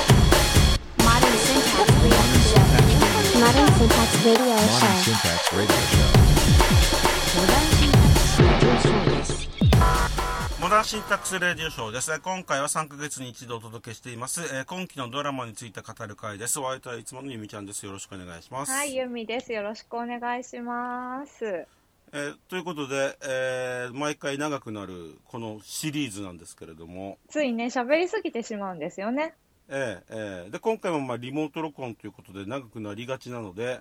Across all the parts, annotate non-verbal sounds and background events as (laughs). Modern Syntax Radio Show. Modern Syntax Radio Modern Show. Syntax Radio Show. モダンシンタックスレディオショーです。えー今回は3ヶ月に一度お届けしています、えー今期のドラマについて語る会です。お相手はいつものゆみちゃんです。よろしくお願いします。はい、ゆみです。よろしくお願いします。えーということで、えー毎回長くなるこのシリーズなんですけれども、ついね、喋りすぎてしまうんですよね。えーえーで今回もまあリモート録音ということで長くなりがちなので、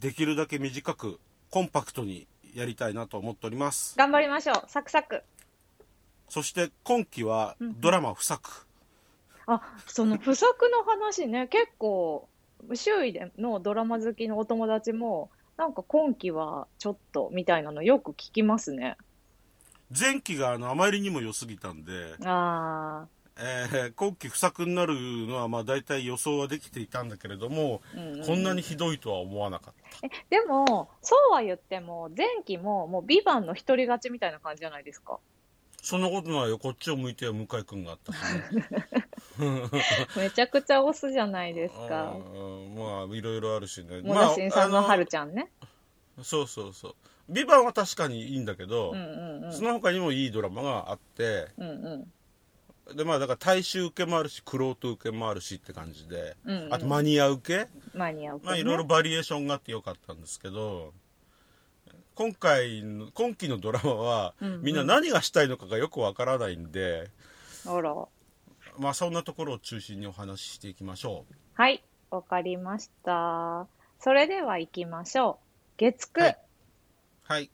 できるだけ短く、コンパクトにやりたいなと思っております。頑張りましょう。サクサク。そして今期はドラマ不作。あ、その不作の話ね、結構、周囲でのドラマ好きのお友達も、なんか今期はちょっとみたいなのよく聞きますね。前期があのあまりにも良すぎたんで、あえー今期不作になるのはまあ大体予想はできていたんだけれども、ーうんうんこんなにひどいとは思わなかったでも、そうは言っても、前期ももうビバンの独り勝ちみたいな感じじゃないですか。そんなことないよこっちを向いてよ向井君があったからねめちゃくちゃ押すじゃないですか。うんまあいろいろあるしねモナシンさんのまああの春ちゃんね。そうそうそう「ビバンは確かにいいんだけど、うんうんうん。その他にもいいドラマがあってうんうん。でまあだから大衆受けもあるし玄人受けもあるしって感じで、うんうんあとマニア受け間に合うかまねあいろいろバリエーションがあってよかったんですけど、今回の、今期のドラマは、うんうんみんな何がしたいのかがよくわからないんで、あら。まあそんなところを中心にお話ししていきましょう。はい、わかりました。それでは行きましょう。月は9い、はい、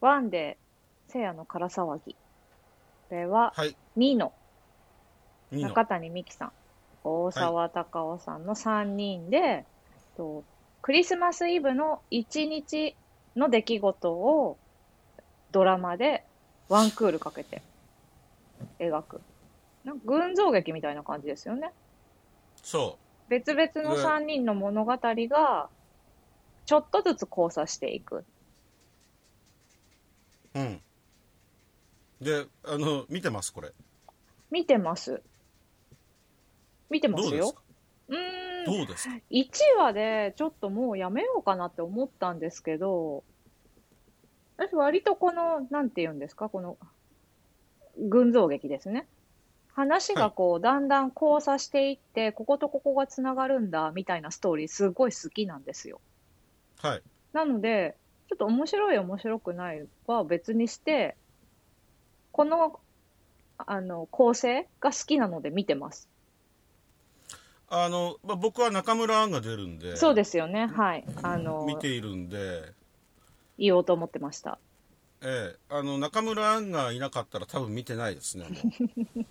ワンで、せやのから騒ぎ。これは、はい、 2のニノ中谷美紀さん、大沢たかおさんの3人で、えっとクリスマスイブの1日の出来事をドラマでワンクールかけて描く。なんか群像劇みたいな感じですよね。そ別々の3人の物語がちょっとずつ交差していく。う。うん。で、あの、見てます、これ。見てます。見てまどうすですよか。うどーん。うですか1話でちょっともうやめようかなって思ったんですけど、私割とこの、なんて言うんですか、この、群像劇ですね。話がこう、だんだん交差していって、こことここがつながるんだ、みたいなストーリーすごい好きなんですよ。はい。なので、ちょっと面白い面白くないは別にして、この、あの、構成が好きなので見てます。あの、まあ、僕は中村アンが出るんで、そうですよね。はい。あの、見ているんで、言おうと思ってました。ええ、あの、中村アンがいなかったら多分見てないですね、もう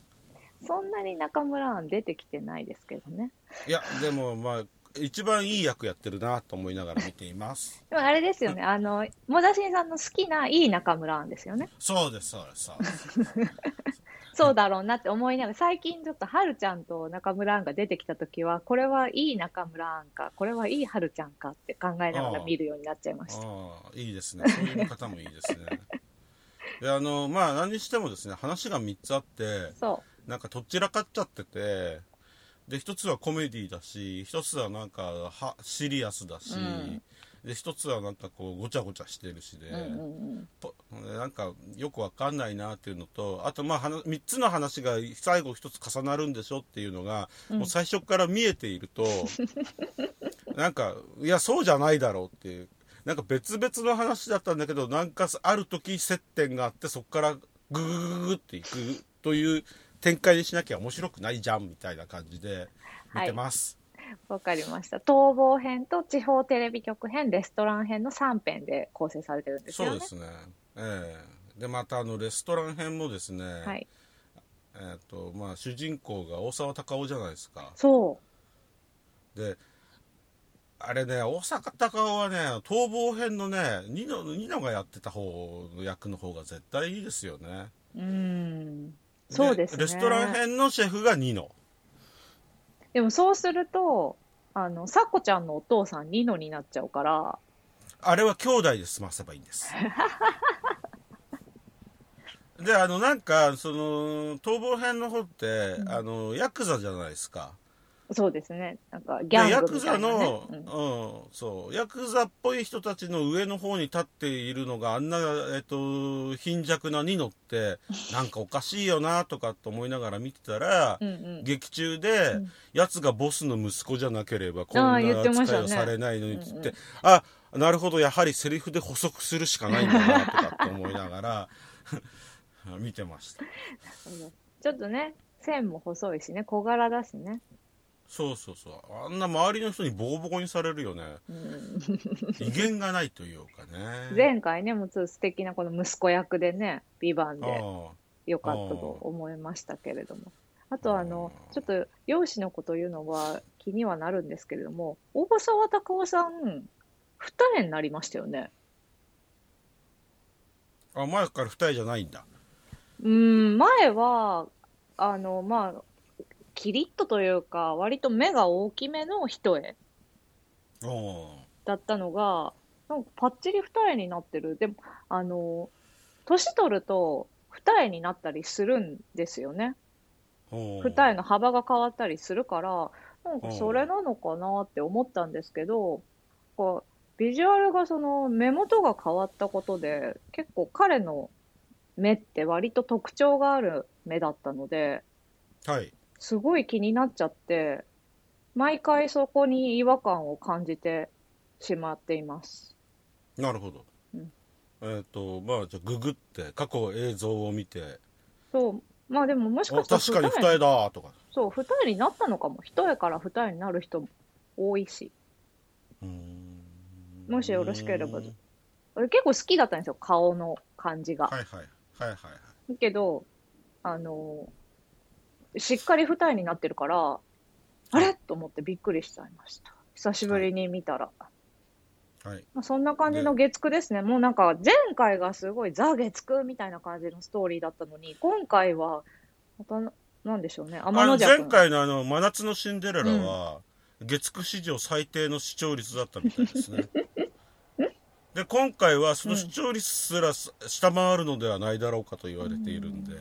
そんなに中村案出てきてないですけどね。いや、でもまあ、一番いい役やってるなと思いながら見ています。でもあれですよね。あの、モダシンさんの好きないい中村案ですよね。 (laughs) そうです、そうです、そうです。そうだろうなって思いながら、最近ちょっとはるちゃんと中村案が出てきたときは、これはいい中村案か、これはいいはるちゃんかって考えながら見るようになっちゃいました。ああ、いいですね。そういう方もいいですね。で、あの、まあ、何にしてもですね、話が3つあって、そう。なんかどちらかっちゃってて、で、一つはコメディだし、一つはなんかはシリアスだし、うんで、一つはなんかこう、ごちゃごちゃしてるしで、うんうんうんぽなんかよくわかんないなっていうのとあとまあはな3つの話が最後1つ重なるんでしょっていうのが、うんもう最初から見えてい (laughs) るとなんかいやそうじゃないだろうっていうなんか別々の話だったんだけどなんかある時接点があってそこからググググググっていくという展開にしなきゃ面白くないじゃんみたいな感じで見てます。わかりました。逃亡編と地方テレビ局編、レストラン編の3編で構成されてるんですよそうね。ですね、ええでまたあのレストラン編もですね、はい。えーとまあ、主人公が大沢たかおじゃないですかそであれね大沢たかおはね逃亡編のねニノニノがやってた方の役の方が絶対いいですよねう。うーん。そうですね。レストラン編のシェフがニノでもそうすると、あの、さこちゃんのお父さん、ニノになっちゃうから、あれは兄弟で済ませばいい (laughs) んです。で、あの、なんか、その、逃亡編の方って、んあの、ヤクザじゃないですか。そうですね。なんか、ギでャヤングクみたザいな、ね。の、うん、そう、ヤクザっぽい人たちの上の方に立っているのがあんな、えっと、貧弱なニ (laughs) ノって、なんかおかしいよな、とかと思いながら見てたら、うん。うんうん。劇中で、うん奴がボスの息子じゃなければこんなあー言ってました扱いねをされないのにっつって、うんうんあなるほどやはりセリフで補足するしかないんだなとかって思いながら (laughs) 見てましたちょっとね、線も細いしね、小柄だしね。そうそうそうあんな周りの人にボコボコにされるよねうん、威厳がないというかね (laughs) 前回ね、もうちょっと素敵なこの息子役でね、ビバンあでーよかったと思いましたけれども。あとあのあ、ーちょっと容姿のこと言うのは気にはなるんですけれども、大沢たかおさん、二重になりましたよね。あ前から二重じゃないんだうん、前は、あの、まあ、キリッとというか、割と目が大きめの一重おおだったのが、なんかパッチリ二重になってる。でも、あの、年取ると二重になったりするんですよね。二二重の幅が変わったりするから、なんかそれなのかなって思ったんですけど、こうビジュアルがその目元が変わったことで、結構彼の目って割と特徴がある目だったので、はいすごい気になっちゃって、毎回そこに違和感を感じてしまっています。なるほど、うんえっ、とまあじゃあググって過去映像を見てそう、まあでももしかあした確からに二二重重だとかそう、二重になったのかも。一重から二重になる人も多いし。うーんもしよろしければうーん俺結構好きだったんですよ、顔の感じが。はいはいはいはいはいけど、あのしっかり二重になってるから、あれと思ってびっくりしちゃいました。久しぶりに見たら。はい、まあ、そんな感じの月9ですね。もうなんか前回がすごいザ月9みたいな感じのストーリーだったのに、今回は、またな、なんでしょうね。あ天のの邪前鬼。回のあの「真夏のシンデレラは」月9史上最低の視聴率だったみたいです (laughs) ねで今回はその視聴率すらす下回るのではないだろうかと言われているんで、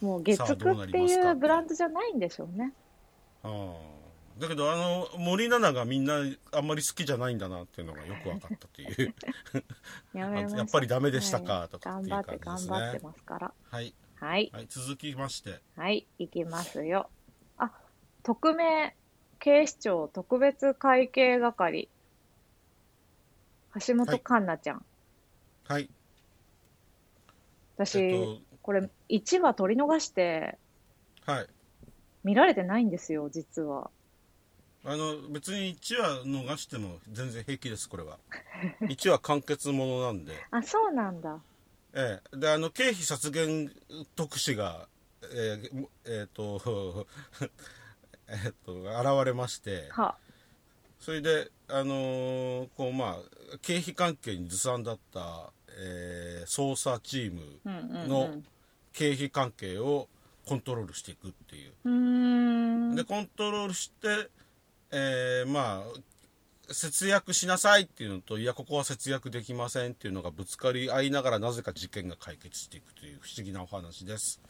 もう月さあどう9なっりてますいかうブランドじゃないんでしょうね。あーだけどあの森七菜がみんなあんまり好きじゃないんだなっていうのがよく分かったという (laughs) やあめましたやっぱりダメでしたか、はいとか頑ってい張うって感頑じです張ってねますから。はい、はい。はい、続きましてはい、いきますよ。あ、匿名、警視庁特別会計係、橋本環奈ちゃん。はい私、えっこれ、1話取り逃して、とはい見られてないんですよ、実は。あの別に1話逃しても全然平気ですこれは1話完結ものなんで、 (laughs) あ、そうなんだ。ええ、であの経費殺減特使がえーもえーと (laughs) えっと現れましては、それであのーこうまあ経費関係にずさんだった、えー捜査チームうんうん、うん。の経費関係をコントロールしていくっていううーん。でコントロールして、えーまあ節約しなさいっていうのといやここは節約できませんっていうのがぶつかり合いながらなぜか事件が解決していくという不思議なお話です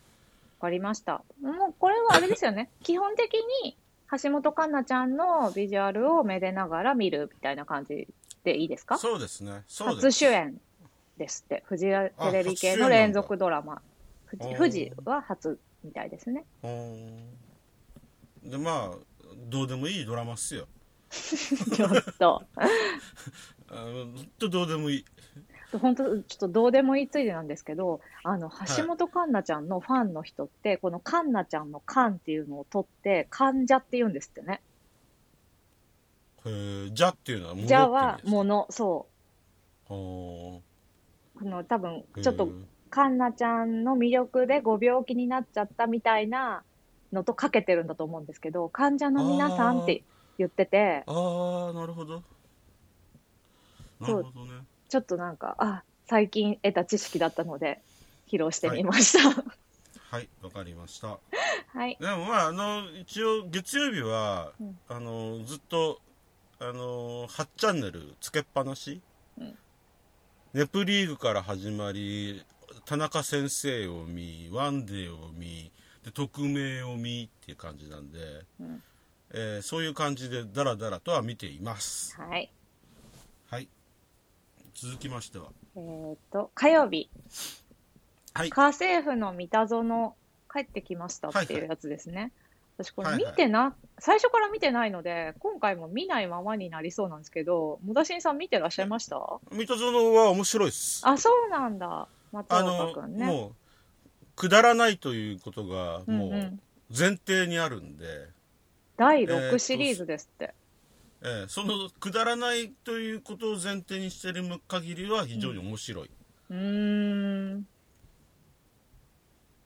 わかりました。もうこれはあれですよ (laughs) ね。基本的に橋本環奈ちゃんのビジュアルをめでながら見るみたいな感じでいいですかそうですねそう初です主演ですって、フジテレビ系の連続ドラマ。フ初主演なんジだフジは初みたいですね。 (laughs) うーんでまあどうでもいいドラマっすよちょっと、あのずっとどうでもいい本当、ちょっとどうでもいいついでなんですけど、あの、い橋本環奈ちゃんのファンの人って、この環奈ちゃんの環っていうのを取って、患者って言うんですってね。えーじゃっていうのはものじゃは、っていう意味ですかもの、そほう。この多分ー、ちょっとへー環奈ちゃんの魅力でご病気になっちゃったみたいなのとかけてるんだと思うんですけど、患者の皆さんって言ってて、ああなるほどなるほどねちょっとなんか、あ、最近得た知識だったので、披露してみました。はい。はいわかりましたでもまああの一応月曜日は、うんあのずっとあの8チャンネルつけっぱなし、うんネプリーグから始まり、田中先生を見、ワンデーを見、で匿名を見っていう感じなんで、うんえーそういう感じでダラダラとは見ています。はい。はい。続きましては。えーっと、火曜日、はい。家政婦の三田園、帰ってきましたっていうやつですね。私これ見てな、最初から見てないので、今回も見ないままになりそうなんですけど、野田新さん見てらっしゃいました水戸園は面白いっす。あ、そうなんだ。松あ岡の、君ね。もう、くだらないということが、もう、んうん、前提にあるんで、第えーっと6シリーズですって。えーそのくだらないということを前提にしている限りは非常に面白い、うーん。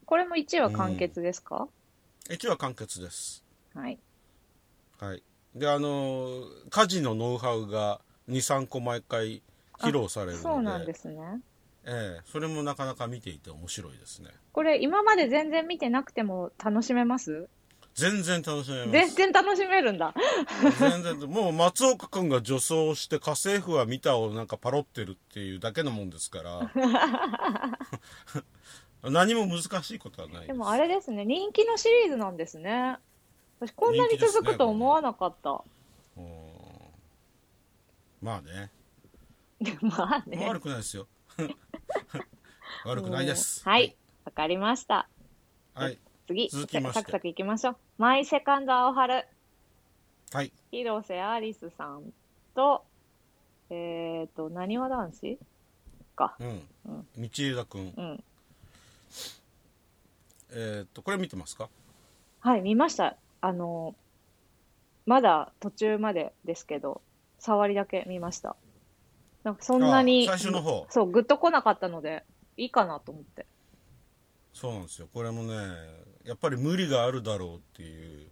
これも1話完結ですか、一1話完結ですはい。はいであのー家事のノウハウが23個毎回披露されるのでそうなんですね。えーそれもなかなか見ていて面白いですねこれ今まで全然見てなくても楽しめます全然楽しめま全す然楽しめるんだ。全然もう松岡君が女装して家政婦は見たをなんかパロってるっていうだけのもんですから (laughs) 何も難しいことはないですでもあれですね、人気のシリーズなんですね。私こんなに続くと思わなかった。うんまあねまあね。悪くないで (laughs) すよ。悪くないです。うんはい。。わかりました。はい。次、続きましてサクサクいきましょう。マイセカンドアオハル、はい。広瀬アリスさんと、えっ、ー、と、なにわ男子か。うんうん。道枝くん。うん。えーっと、これ見てますかはい、見ました。あの、まだ途中までですけど、触りだけ見ました。なんかそんなにあ、最初の方。そう、グッと来なかったので、いいかなと思って。そうなんですよ。これもね、やっぱり無理があるだろうって (laughs) いう。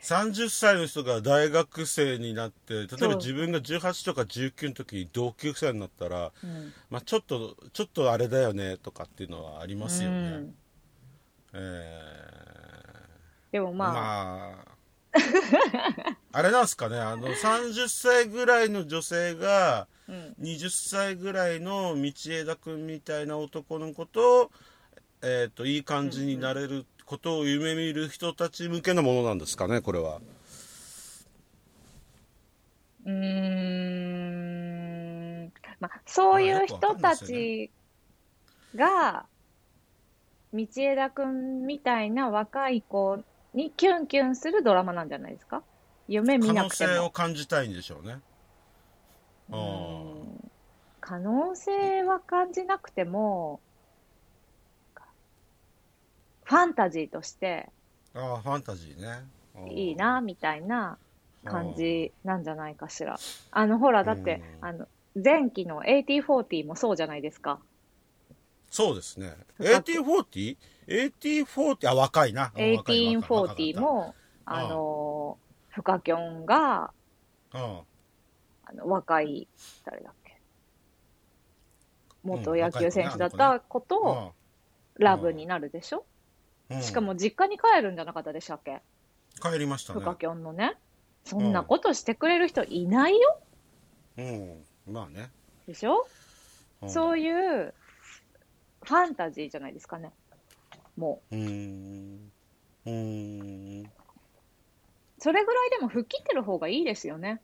30歳の人が大学生になって、例えそうば自分が18とか19の時に同級生になったら、うん。まあちょっと、ちょっとあれだよねとかっていうのはありますようねん。えー、でもまあ、まあ、あれなんですかね、あの、30歳ぐらいの女性が、うん。 20歳ぐらいの道枝くんみたいな男の子と、えっ、と、いい感じになれることを夢見る人たち向けのものなんですかね、これは。うーんまあ、そういう人たちが、道枝くんみたいな若い子にキュンキュンするドラマなんじゃないですか夢見可な能くて性をも。感じたいんでしょうね。あうーん可能性は感じなくても、ファンタジーとしてあー、ファンタジーね。あーいいな、みたいな感。じなんじゃないかしら。あの、ほら、だって、うんあの、前期の8040もそうじゃないですか。そうですね。深く AT40?AT40? あ、若いな。あ若い若い若い1840も、わかあったの、フカキョンが、うんあの、若い、誰だっけ。元野う球ん選手だった子と、ラブになるでしょ、うんしかも実家に帰るんじゃなかったでしたっけ帰りましたフねカキョンのね。そんなことしてくれる人いないようんまあね、でしょ、うん、そういう、ファンタジーじゃないですかね。もうーんうーんう、それぐらいでも吹っ切ってる方がいいですよね。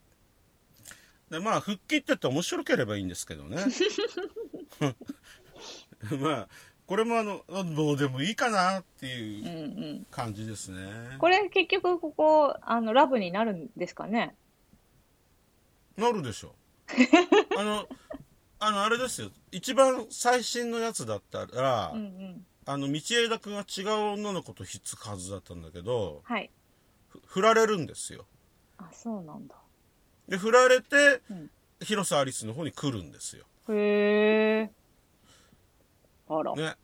でまあ吹っ切ってって面白ければいいんですけどね (laughs) まあこれもあのあどうでもいいかなってうんいううん。感じですね、これ結局ここ、あの、ラブになるんですかねなるでしょあのあのあれですよ一番最新のやつだったら、うんうん。あの道枝君は違う女の子とひっつくはずだったんだけどはい。ふ振られるんですよあ、そうなんだ。で振られて、うん広瀬アリスの方に来るんですよへえ。あら。ね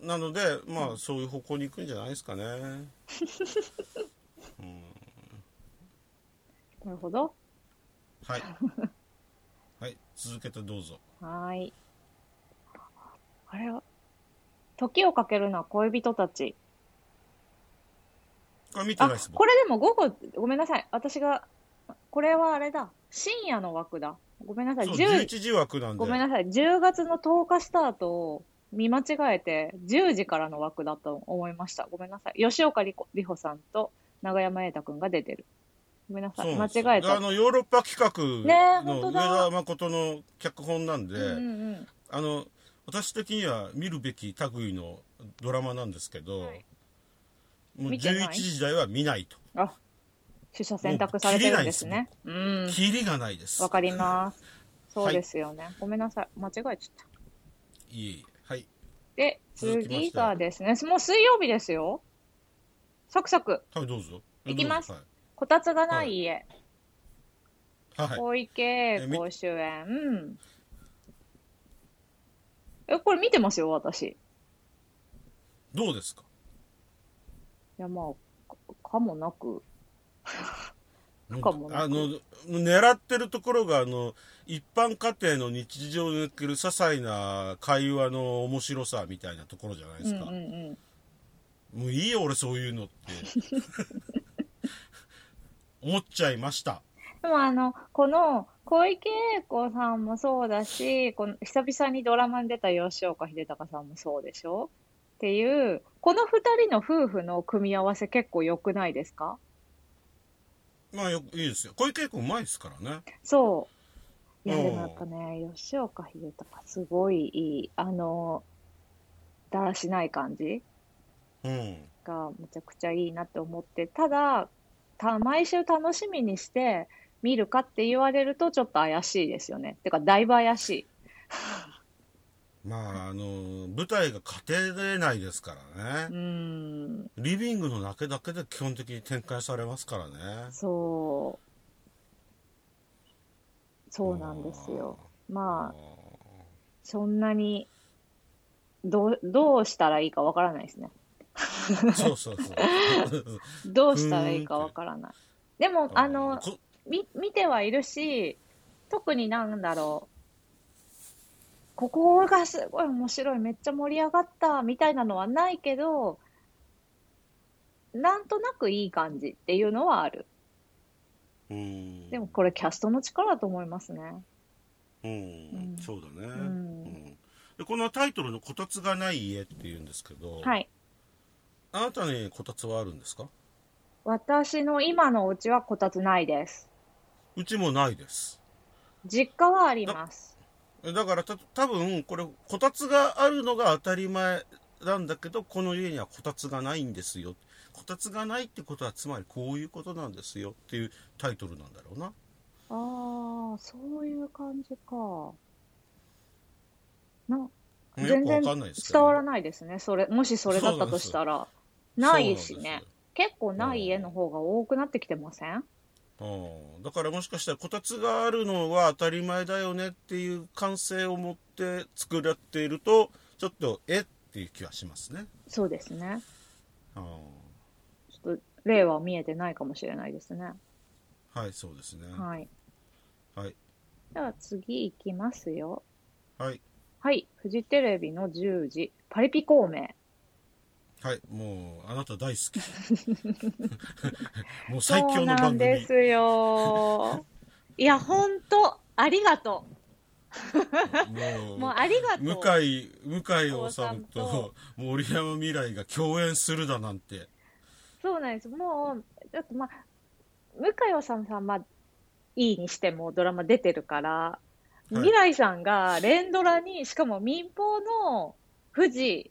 なのでまあそういう方向に行くんじゃないですかねうんなるほど。はい (laughs) はい続けてどうぞはーい。あれは、時をかけるのは恋人たち。これ見てあないです、僕これでも午後、ごめんなさい。私が、これはあれだ。深夜の枠だ。ごめんなさい、そう10 11時枠なんでごめんなさい、10月の10日スタートを見間違えて、10時からの枠だと思いました。ごめんなさい。吉岡里帆里帆さんと永山瑛太くんが出てる。ごめんなさそうい、間なんですよ違えた。あのヨーロッパ企ねえ画本の当上だ田誠の脚本なんで、うんうんあの私的には見るべき類のドラマなんですけど、はいもう見てない11時台は見ないと、うん。あ、取捨選択されてるんですね。うん。キリがないですわかります。そはういですよね。ごめんなさい、間違えちゃった。いえいえはいで、続きま次してがですね、もう水曜日ですよ。サクサク、はいどうぞいきますどうぞこたつがない家、はい、はい小池栄子主演。うんえ、これ見てますよ、私。いどうですかや、まあ、かかもなく。かもなくあの狙ってるところがあの一般家庭の日常における些細な会話の面白さみたいなところじゃないでうんすうんか、うん。もういいよ俺そういうのって (laughs) 思っちゃいましたでもあの、この、小池栄子さんもそうだし、この、久々にドラマに出た吉岡秀隆さんもそうでしょっていう、この二人の夫婦の組み合わせ結構良くないですかまあよいいですよ小池栄子うまいですからねそう。いや、うんでもやっぱね、吉岡秀隆、すごいいい、あの、だらしない感じうんがめちゃくちゃいいなって思って、ただ、た毎週楽しみにして見るかって言われると、ちょっと怪しいですよね。てか、だいぶ怪しい。まああの舞台が家庭内ですからうねーん、リビングの中だけで基本的に展開されますからねそう。そうなんですよ。あまあ、そんなに、どう、どうしたらいいかわからないですね。ーそうそう (laughs) そうどうしたらいいかわからない。でも、あの、こみ見てはいるし、特になんだろう、ここがすごい面白い、めっちゃ盛り上がったみたいなのはないけど、なんとなくいい感じっていうのはある。うんでもこれキャストの力だと思いますね。うん、うんそうだね、うんでこのタイトルの「こたつがない家」っていうんですけど、はい。あなたにこたつはあるんですか私の今のお家はこたつないです。うちもないです実家はあります。だからた多分これこたつがあるのが当たり前なんだけどこの家にはこたつがないんですよこたつがないってことはつまりこういうことなんですよっていうタイトルなんだろうなああ、そういう感じか。な、よ全く然わかんないですけど伝わらないですね。それ、もしそれだったとしたら。ないしね。結構ない家の方が多くなってきてませんうんだからもしかしたらこたつがあるのは当たり前だよねっていう感性を持って作られているとちょっとえっていう気はしますね。そうですね。うんちょっと、例は見えてないかもしれないですね。はいそうですね。ははい。いでは次行きますよ。はいはい。フジテレビの10時、パリピ孔明。はいもうあなた (laughs) 大好き。もう最そ強うのなん番組で。す (laughs) よ。いや、ほんと、ありがともう。うもうありがとう。向井向井さん治とと森山未来が共演するだなんて。そうなんです。もう、ちょっとまあ、向井さんさんは、いいにしてもドラマ出てるから、い未来さんが連ドラに、しかも民放の富士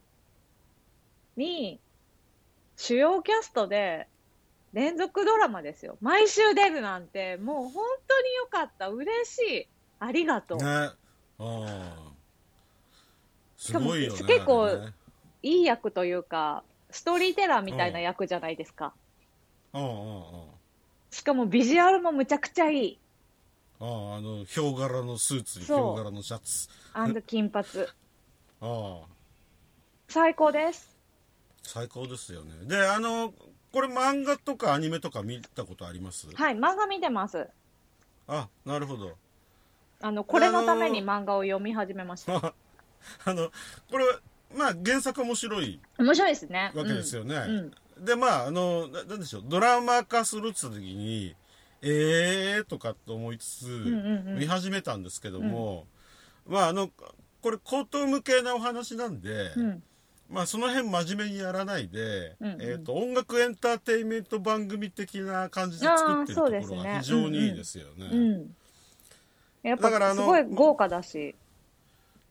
に、主要キャストで連続ドラマですよ。毎週出るなんて、もう本当によかった。嬉しい。ありがとう。ね。うん。すごいよしね。かも結構あれねいい役というか、ストーリーテラーみたいな役じゃないですか。うんうんうん。しかもビジュアルもむちゃくちゃいい。あああのヒョウ柄のスーツにヒそうョウ柄のシャツアンド金髪。ああ最高です。最高ですよねであのこれ漫画とかアニメとか見たことありますはい、漫画見てます。あなるほど (laughs) あの、これのために漫画を読み始めました。あのこれまあ原作面白い面白いですね。わけですよね、うん。でまああのななんでしょうドラマ化するときにえーとかと思いつつ、んうん見始めたんですけども、まああのこれ高等無形なお話なんで、うん。まあその辺真面目にやらないで、うんうんえー、と音楽エンターテインメント番組的な感じで作ってるとあこーそうですろねが非常にいいですよね。うん。やっだからぱあすのごい豪華だし。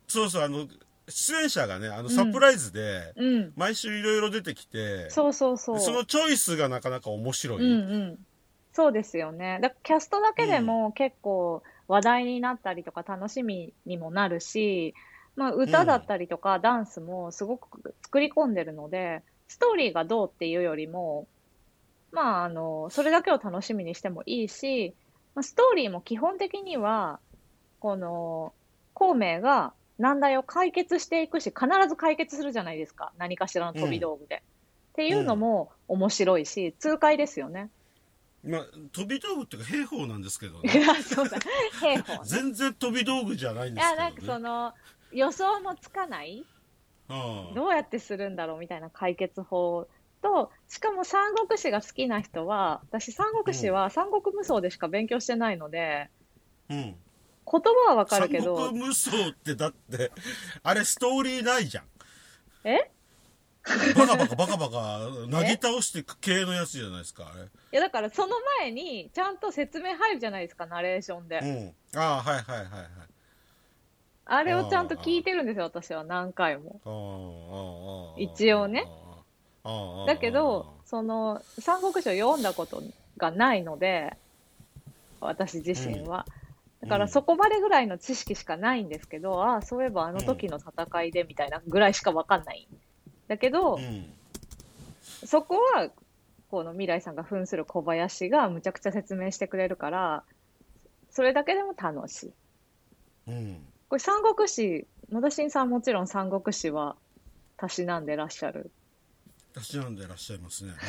そうそうあの出演者がねあのんサプライズでうん。毎週いろいろ出てきて、そうそうそう。そのチョイスがなかなか面白うい。んうん。そうですよね。だからキャストだけでも結構話題になったりとか楽しみにもなるし、まあ歌だったりとかダンスもすごく作り込んでるので、ストーリーがどうっていうよりも、まああの、それだけを楽しみにしてもいいし、まあ、ストーリーも基本的には、この、孔明が難題を解決していくし、必ず解決するじゃないですか。何かしらの飛び道具で。っていうのも面白いし、痛快ですよね。まあ飛び道具っていうか兵法なんですけどいねや、 (laughs) そうだ。兵法ね。全然飛び道具じゃないんいですや、なんかけそどね。の、予想もつかないうんどうやってするんだろうみたいな解決法と、しかも三国志が好きな人は、私三国志は三国無双でしか勉強してないので、うん言葉はわかるけど三、国無双ってだって、あれストーリーないじゃん。えバカバカバカバカ、なぎ倒してく系のやつじゃないですか、あいやだからその前に、ちゃんと説明入るじゃないですか、ナレーションで。れ。うん。ああ、はいはいはいはい。あれをちゃんと聞いてるんですよ、私は何回も。あーあーあー一応ね。あーあーだけど、その、三国志を読んだことがないので、私自身は。うんだからそこまでぐらいの知識しかないんですけど、ああ、そういえばあの時の戦いでみたいなぐらいしかわかんない。だけど、うん。そこは、この未来さんが扮する小林がむちゃくちゃ説明してくれるから、それだけでも楽しい。うん。これ三国志、野田新さんはもちろん三国志はたしなんでらっしゃる。私なんでいらっしゃいますね。はい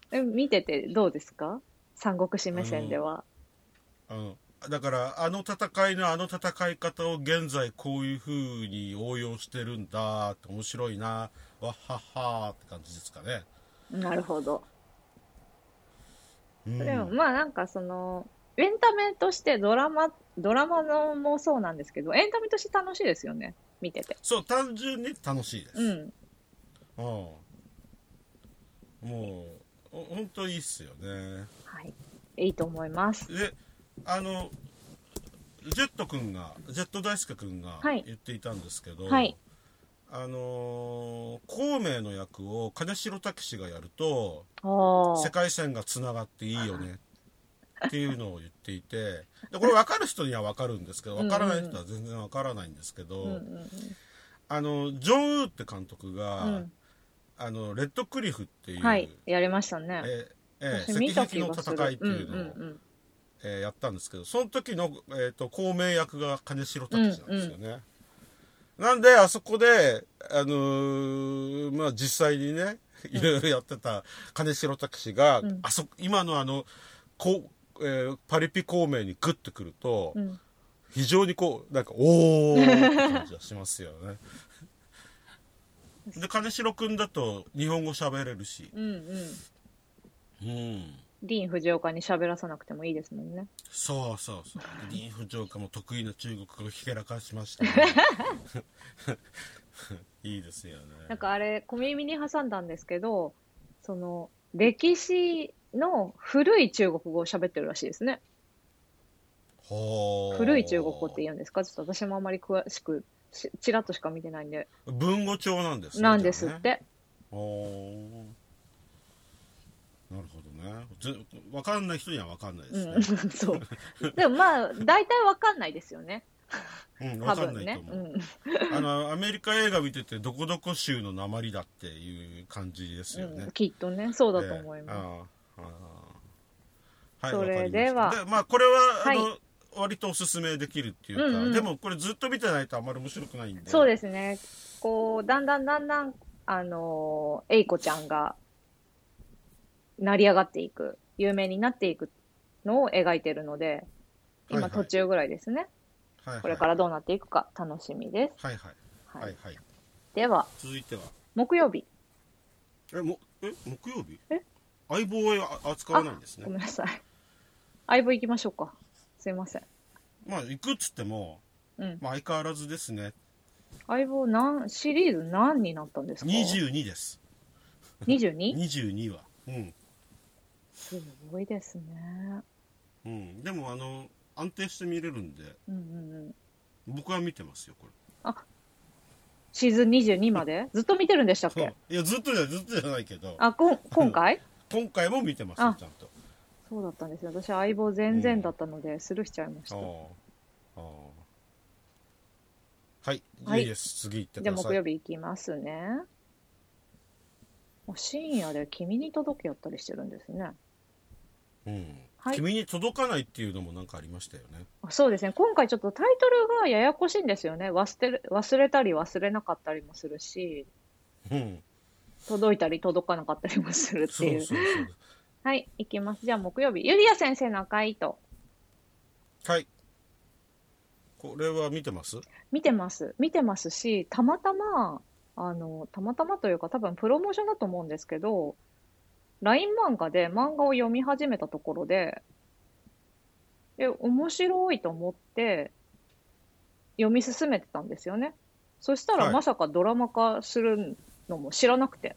(laughs) え見ててどうですか三国志目線では。あのだからあの戦いのあの戦い方を現在こういう風に応用してるんだって面白いなわっはっはーって感じですかね。なるほど。うんでもまあなんかその、エンタメとしてドラマ、ドラマのもそうなんですけど、エンタメとして楽しいですよね。見てて。そう単純に楽しいです。うん。うんもうお本当にいいっすよね。はい。いいと思います。であのジェット君がジェット大輔君がはい言っていたんですけど、はいあのー孔明の役を金城武がやるとお世ー。界線がつながっていいよねっていうのを言っていてでこれ分かる人には分かるんですけど分からない人は全然分からないんですけど、うんうんあのジョン・ウーって監督が、うん。あのレッドクリフっていうう、ん。はい。やりましたね。ええ私見石た気壁のがする。戦いっていうのを、うんうんうん。えーやったんですけどその時の、えー、と孔明役が金城武なんですよね。なんで、あそこで、あのーまあ、実際にね、いろいろやってた金城武が、うんあそ、今のあの、こう、えーパリピ孔明にグッてくると、うん非常にこう、なんか、おーって感じがしますよ (laughs) ね。で、金城くんだと日本語喋れるし、うんうん。うん。ディーン・フジオカに喋らさなくてもいいですもんね。そうそうそう。ディーン・フジョーカも得意な中国語をひけらかしましたね (laughs) いいですよね。なんかあれ、小耳に挟んだんですけど、その、歴史の古い中国語を喋ってるらしいですね。ほー古い中国語って言うんですかちょっと私もあまり詳しく、しちらっとしか見てないんで。文語帳なんですねなんですっ。じゃあねて。ほーなるほどね。ぜわかんない人にはわかんないですねうん、。 (laughs) そう。でもまあ、大体わかんないですよね。うん、多わかん分ないとね。思うう。ん。あの、アメリカ映画見てて、どこどこ州の鉛だっていう感じですよね。うんきっとね、そうだと思います。ええああああはい、それわかりましたではでまあ、これは、はいあの、割とおすすめできるっていうか、うんうんでもこれずっと見てないとあんまり面白くないんで。そうですね。こう、だんだんだんだん、あのー、エイコちゃんが、成り上がっていく、有名になっていくのを描いてるので、はいは今い途中ぐらいですね。はいはい、これからどうなっていくか楽しみです。はいはい。はい。はいはい。では、続いては。木曜日。え、も、え、木曜日え相棒はあ扱わないんですごね。めんなさい。相棒行きましょうか。すいません。まあ、行くっつっても、うん。まあ、相変わらずですね。相棒何、シリーズ何になったんですか22です。 22? 22は。うん。すごいですね。うん。でも、あの、安定して見れるんで、うんうんうん。僕は見てますよ、これ。シーズン22までずっと見てるんでしたっそうけ (laughs) いや、ずっとじゃ、ずっとじゃないけど、あ、こん、今回今回も見てますあよ、ちゃんと。そうだったんですよ。私、相棒全然だったので、スルーしちゃいました。ああ。ああ。はい、、はいいいです。次行ってくじゃあださ木い。曜日行きますね。もう深夜で君に届けやったりしてるんですね。うん、はい君に届かないっていうのもなんかありましたよね。あそうですね。今回ちょっとタイトルがややこしいんですよね。忘れる忘れたり忘れなかったりもするし、うん。届いたり届かなかったりもするってそうい。そううそう。はい、行きます。じゃあ木曜日。ゆりや先生の赤い糸。はい。これは見てます見てます。見てますし、たまたま、あの、たまたまというか多分プロモーションだと思うんですけど、LINE 漫画で漫画を読み始めたところで、え、面白いと思って読み進めてたんですよね。そしたはらいまさかドラマ化するのも知らなくて、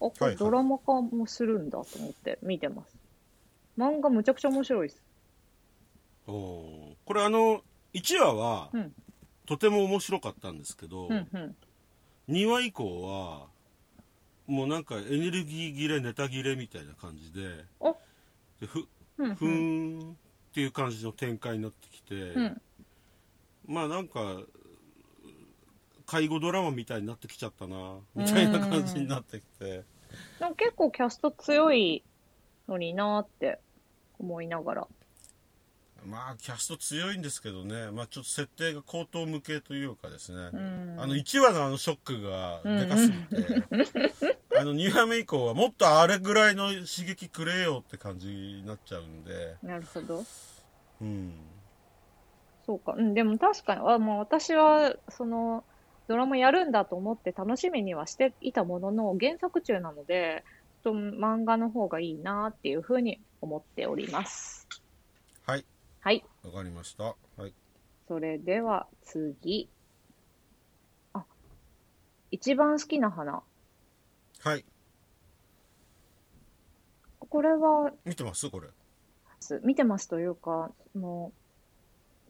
あ、こはいれはいドラマ化もするんだと思って見てます。漫画むちゃくちゃ面白いです。おお。これあの、1話は、うんとても面白かったんですけうど、んうん。 2話以降は、もうなんかエネルギー切れ、ネタ切れみたいな感じで、おでふうんふうん。ーんっていう感じの展開になってきて、うん。まあなんか介護ドラマみたいになってきちゃったなみたいな感じになってきてでも結構キャスト強いのになーって思いながら。まあキャスト強いんですけどね、まあ、ちょっと設定が高等無形というかですね、うんあの1話のあのショックがでかすぎて、 (laughs) あの2話目以降はもっとあれぐらいの刺激くれよって感じになっちゃうんで、なるほど。うん、そうか。うん、でも確かに、あもう私は、その、ドラマやるんだと思って楽しみにはしていたものの、原作中なので、ちょっと漫画の方がいいなーっていうふうに思っております。はいはい。わかりました、はい、それでは次。あ、一番好きな花。はいこれは見てますこれます見てますというか、も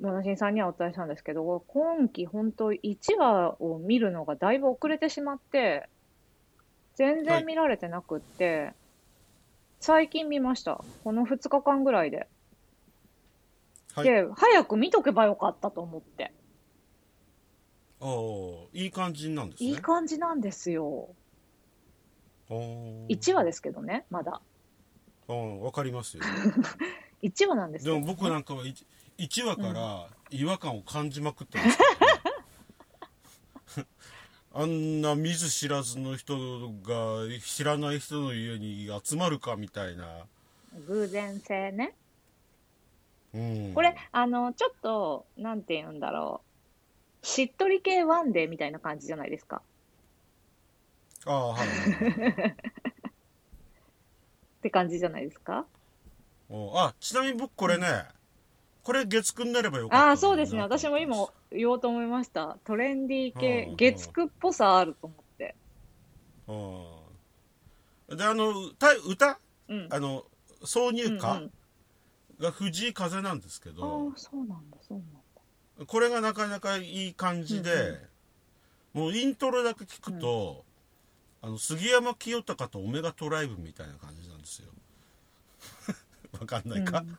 う、野田新さんにはお伝えしたんですけど、今期本当1話を見るのがだいぶ遅れてしまって、全はい然見られてなくって、最近見ました。この2日間ぐらいで。はいで、早く見とけばよかったと思って。あーいい感じなんですねいい感じなんですよ。1 1話ですけどね、まだ。うんわかりますよ1話なんですでよ、もね。僕なんかは 1, 話から違和感を感じまくってます (laughs) からね、あんな見ず知らずの人が知らない人の家に集まるかみたいな、偶然性ね。うん、これ、あの、ちょっと、なんて言うんだろう。しっとり系ワンデーみたいな感じじゃないですか。ああ (laughs) はいはいはいって感じじゃないですか。おあちなみに僕これね、これ月9になればよかったああー、そうですね。私も今言おうと思いました。トレンディーうんう系ん、月9っぽさあると思って。うんであの歌歌うん。あの挿入う歌んが藤井風なんですけど、うん、ああ、そうなんだ、そうなんだ。これがなかなかいい感じで、もうイントロだけ聞くと、あの杉山清隆とオメガトライブみたいな感じなんですよ (laughs) わかんないか、うん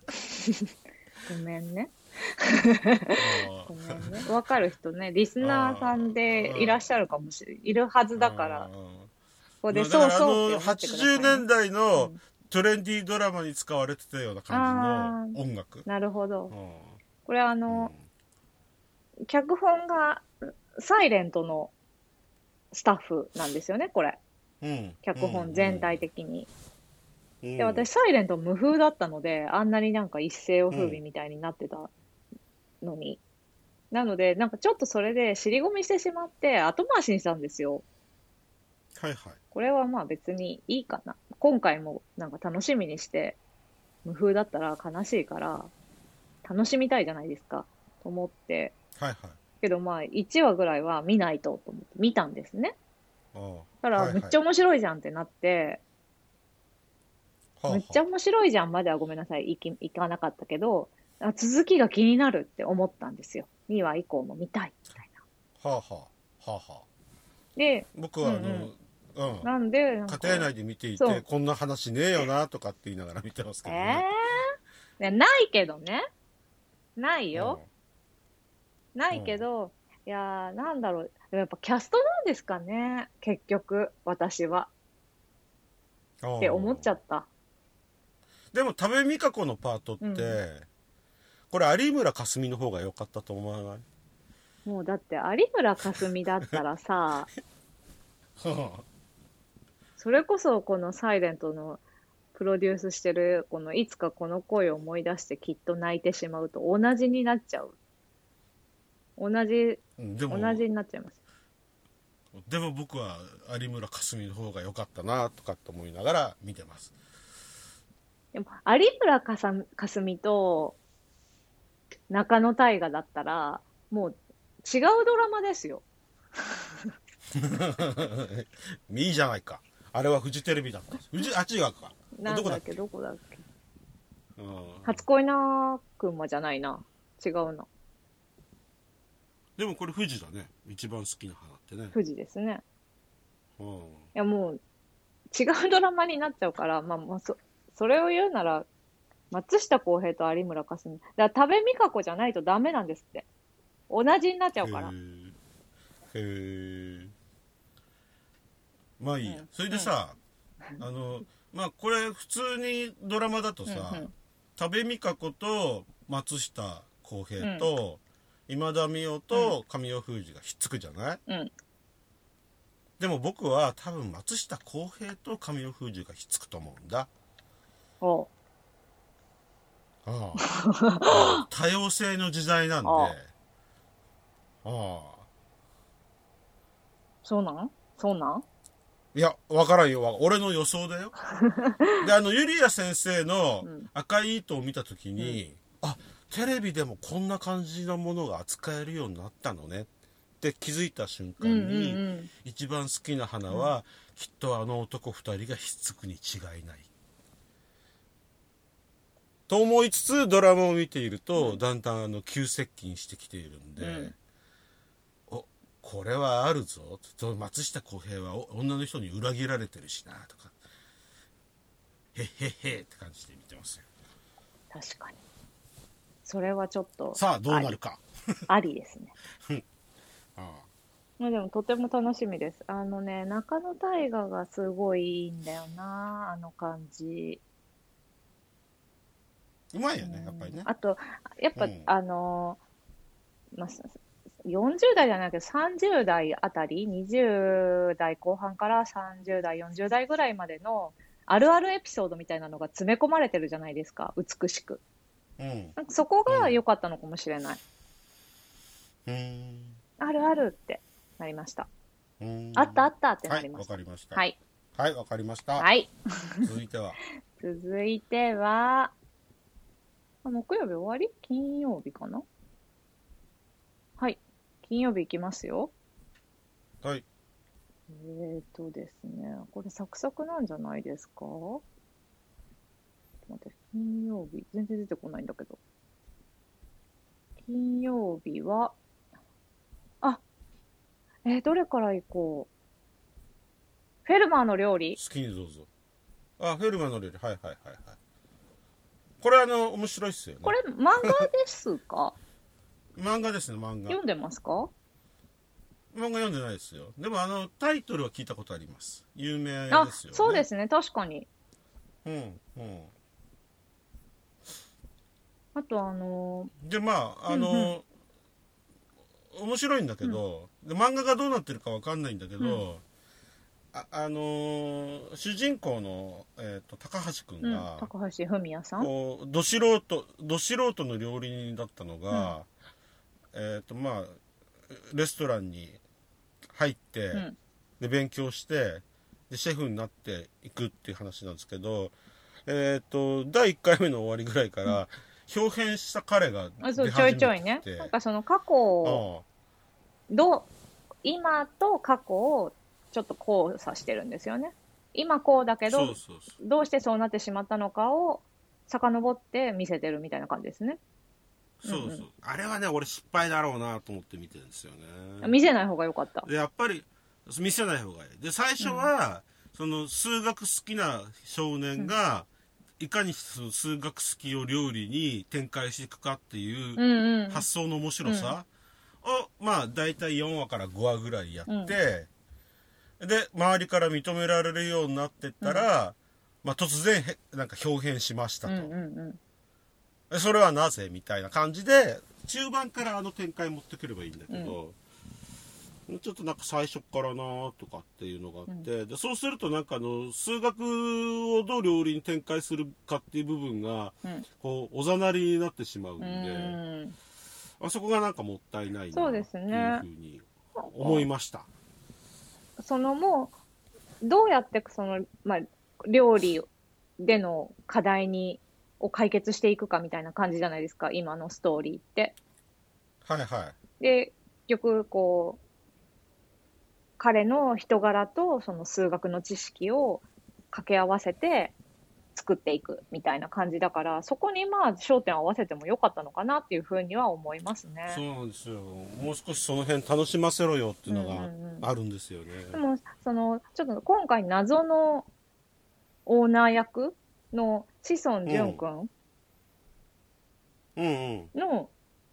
(laughs) ごめんね。あごーめんね。わかる人ね、リスナーさんでいらっしゃるかもしれ、いるはずだから、あこーこでまあだかそうそうらってあの思ってください80ね、年代うのんトレンディードラマに使われてたような感じの音楽なるほあど。ーこれあうのん、脚本がサイレントのスタッフなんですよね、これ。うん脚本全体的に。うんで、私、サイレント無風だったので、あんなになんか一世を風靡みたいになってたのに。なので、なんかちょっとそれで尻込みしてしまって、後回しにしたんですよ。はいはいこれはまあ別にいいかな。今回もなんか楽しみにして無風だったら悲しいから、楽しみたいじゃないですか、と思って。はいはいけどまあ、1話ぐらいは見ないと、と思って見たんですね。あだかはら、いはめいっちゃ面白いじゃんってなって、あはあめっちゃ面白いじゃんまではごめんなさい、いきいかなかったけど、あ続きが気になるって思ったんですよ。2話以降も見たい、みたいな。はあはあはあはあで、僕はあの、うんうんうんなんで、なんか家庭内で見ていそうてこんな話ねえよなとかって言いながら見てますけどえね、えー、いやないけどね。ないよ。ないけど、いやー、なんだろう。でもやっぱキャストなんですかね。結局、私は。っって思っちゃっった。でも多部未華子のパートって、うんこれ有村架純の方が良かったと思 (laughs) わないもうだって、有村架純だったらさ、それこそこのサイレントのプロデュースしてる、このいつかこの声を思い出してきっと泣いてしまうと同じになっちゃう。同じ、うんで同もじになっちゃいます。でも僕は有村架純の方が良かったなとかって思いながら見てます (laughs) でも、有村かさかすみと中野大河だったら、もう違うドラマですよ。いいじゃないかあれはフジテレビだったフジあ違うかなんどこだだっっけけ、どこだっけ。うん初恋なくんまじゃないな。違うな。でもこれ富士だね一番好きな花ってね、富士ですね。うん、いや、もう違うドラマになっちゃうから、まあ、まあ、そ、それを言うなら、松下洸平と有村架純。だから、多部未華子じゃないとダメなんですって。同じになっちゃうから。へーへえまあいいや、それでさ、あのまあこれ普通にドラマだとさ、うんうん多部未華子と松下洸平と、今田美桜と神尾楓珠がひっつくじゃない、うんでも僕は多分松下洸平と神尾楓珠がひっつくと思うんだおうああ (laughs) 多様性の時代なんであああそうなんそうなんいや、わからんよ。わ俺の予想だよ。 (laughs) で、あの、ゆりや先生のうん赤い糸を見たときに、あ、テレビでもこんな感じのものが扱えるようになったのねって気づいた瞬う間んに、うんうん。一番好きな花は、きっとあの男二人がひっつくに違いない。と思いつつ、ドラマを見ていると、だんだんあの、急接近してきているんで、うんお、これはあるぞ。と松下洸平はお女の人に裏切られてるしな、とか。へっへっへって感じで見てますよ。確かに。それはちょっと、さあ、どうなるか。ありですね。あまあでもとても楽しみです。あのね、中野大河がすごいいいんだよな、あの感じ。あうまいよね、やっぱりねうん。あと、やっぱ、うんあのー、まあ、す40代じゃないけど、30代あたり、20代後半から30代、40代ぐらいまでの、あるあるエピソードみたいなのが詰め込まれてるじゃないですか、美しく。うん。なんかそこが良かったのかもしれない。うん。あるあるってなりました。うんあったあったってなはりい、まわした。はかい。りました。はい、わかりました。はい。続いては。続いては、あ木曜日終わり金曜日かなはい。金曜日行きますよ。はい。えーとですね、これサクサクなんじゃないですかちょっと待って、金曜日、全然出てこないんだけど。金曜日は、あ、えーどれから行こうフェルマーの料理好きにどうぞ。あ、フェルマーの料理。はいはいはいはい。これあの、面白いっすよね。これ漫画ですか漫画ですね、漫 (laughs) 画。読んでますか漫画読んでないですよ。でもあの、タイトルは聞いたことあります。有名あですよ、ね。そうで。すね、確かに。うん、うん。あと、あので、まあ、あの、面白いんだけど、で漫画がどうなってるかわかんないんだけど、うああのー主人公の、えっと高橋くんーうんが、高橋文也さん。こうど素人ど素人の料理人だったのが、えっ、とまあレストランに入って、うんで勉強してでシェフになっていくっていう話なんですけどえっ、と、第1回目の終わりぐらいから、表変した彼が出あ始そうめてきちてょいちょいね。なんかその過去をああどう今と過去をちょっと交差してるんですよね。今こうだけそうど、そうそう。どうしてそうなってしまったのかを遡って見せてるみたいな感じですね。そうそうう、んうんあれはね、俺失敗だろうなと思って見てるんですよね。見せない方が良かった。で、やっぱり、見せない方がいい。で、最初は、その、数学好きな少年が、いかにその数学好きを料理に展開していくかっていううんうん。発想の面白さを、まあ大体4話から5話ぐらいやって、うんで周りから認められるようになってったら、まあ、突然へなんか表変しましたうとん、うんうん。えそれはなぜみたいな感じで中盤からあの展開持ってくればいいんだけど、ちょっとなんか最初っからなとかっていうのがあって、でそうするとなんかあの数学をどう料理に展開するかっていう部分が、うんこうおざなりになってしまうんうで。ーんあそこがなんかもったいないなそうですねっていうふうに思いました。そのもう、どうやってその、まあ、料理での課題に、を解決していくかみたいな感じじゃないですか、今のストーリーって。はいはで、結局、こう、彼の人柄とその数学の知識を掛け合わせて作っていくみたいな感じだから、そこにまあ焦点を合わせてもよかったのかなっていうふうには思いますね。そうなんですよ。もう少しその辺楽しませろよっていうのうんうんうんがあるんですよね。でも、その、ちょっと今回謎のオーナー役の志尊淳くんうんうん。の、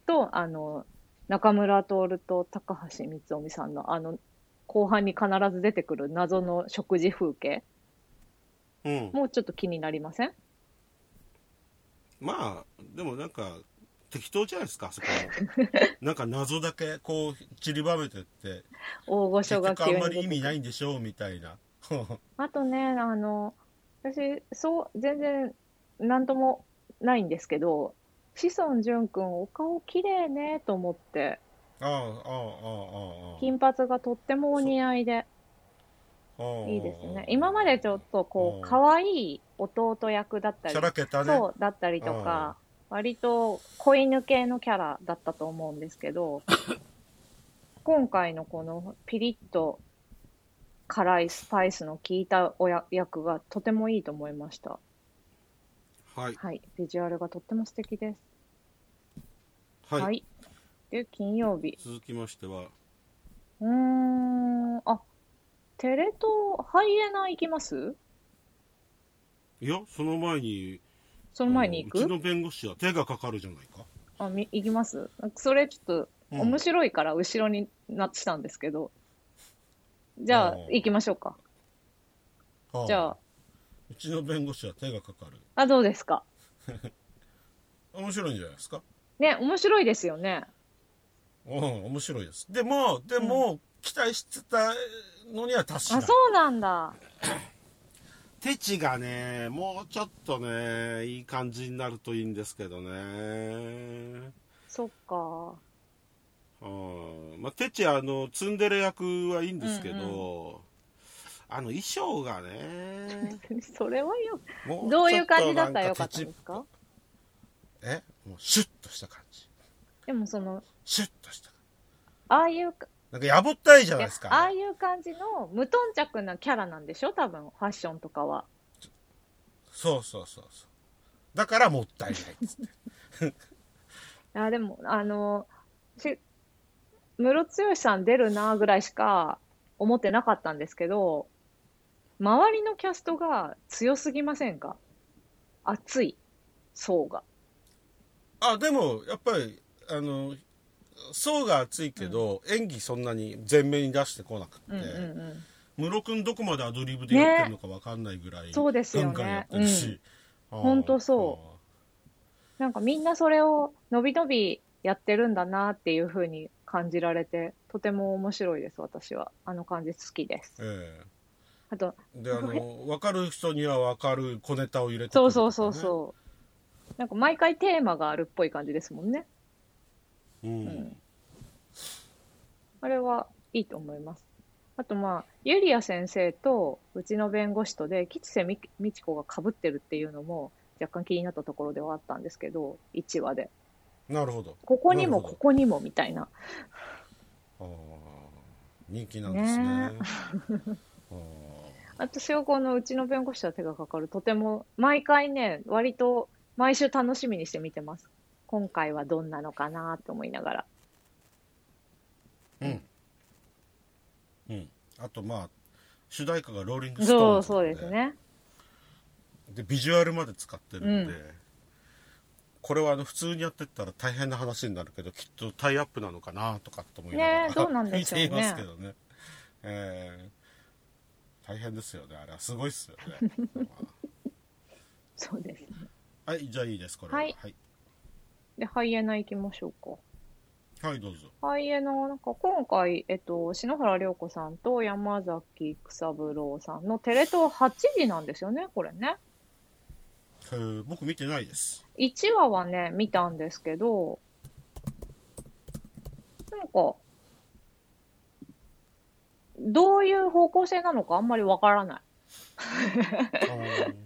と、あの、中村徹と高橋光臣さんの、あの、後半に必ず出てくる謎の食事風景、うん。もうちょっと気になりませんまあ、でもなんか、適当じゃないですか、あそ (laughs) こはなんか謎だけこう散りばめてって、大御結所が局あ急んにま出りてく意味る。ないんでしょうみたい (laughs) な。あとね、あの、私、そう、全然、なんともないんですけど、志尊淳くん、お顔綺麗ね、と思って、ああ、ああ、ああ、あ金髪がとってもお似合いで、あ。いいですね。今までちょっとこうんう、可愛い弟役だったとり、しゃらけたね。そうだったりとか、割と子犬系のキャラだったと思うんですけ (laughs) ど、今回のこのピリッと辛いスパイスの効いたおや役がとてもいいと思いました。はい。はい。ビジュアルがとっても素敵です。はい。はい。で、金曜日。続きましては、うーん、あ、テレ東ハイエナ行きますいや、その前に、その前に行くうちの弁護士は手がかかるじゃないか。あ、み、行きますそれちょっうと、ん面白いから後ろになってたんですけど。じゃああー、行きましょうか。じゃあ、うちの弁護士は手がかかる。あ、どうですか面白いんじゃないですかね、面白いですよね。うん、面白いです。でも、でも、期待してたのには達しなあ、い。そうなんだ。手地がね、もうちょっとね、いい感じになるといいんですけどね。そっか。 (laughs) うん。まあ、手地、あの、ツンデレ役はいいんですけど、うんあの、衣装がね、それはよ。も (laughs) どういう感じだったらよちょかっっとたなんんですか手地えもうシュッとした感じ。でもその、シュッとした感じ。ああいうか、なんかやぼったいじゃいないやですか。ああいう感じの無頓着なキャラなんでしょ多分、ファッションとかは。そうそうそうそう。だからもったいないっつ (laughs) って。あでも、あの、し、ムロツヨシさん出るなぐらいしか思ってなかったんですけど、周りのキャストが強すぎませんか熱い層が。あ、でも、やっぱり、あの、層が厚いけど、演技そんなに前面に出してこなくて、うんうんうん。ムロ君どこまでアドリブでやってるのかわかんないぐらい、そうですよねガンガンやってるし。あーほんとそなんかみんなそれをのびのびやってるんだなっていう風に感じられて、とても面白いです、私は。あの感じ好きです。あー。ええあと、で、あの、わかる人にはわかる小ネタを入れてくそるうとかそねうそうそう。なんか毎回テーマがあるっぽい感じですもんね。う。うん。うんあれはいいと思います。あとまあ、ユリア先生とうちの弁護士とで、吉瀬美美智子が被ってるっていうのも若干気になったところではあったんですけど、1話で。なるほどここになもるほどここにもみたいな。あー人気なんですねねああと、塩子のうちの弁護士とは手がかかる。とても、毎回ね、割と毎週楽しみにして見てます。今回はどんなのかなと思いながら。ーうんうんあとまあ主題歌がローリングストーンそなう、そうんですね。でビジュアルまで使ってるんで、うこれはあの普通にやってったら大変な話になるけどきっとタイアップなのかなとかって思いながら、ねえどうなんでしょうね (laughs) 見ていますけどね、えー大変ですよねあれはすごいっすよねまそうですね。あはいじ (laughs) ゃあいいですこれはいはい、で、ハイエナ行きましょうか。はいどうぞハイエナはなんか今回、えっと、篠原涼子さんと山崎育三郎さんのテレ東8時なんですよね、これね。えー僕見てない (laughs) です1話はね、見たんですけど、なんか、どういう方向性なのかあんまりわからない。あー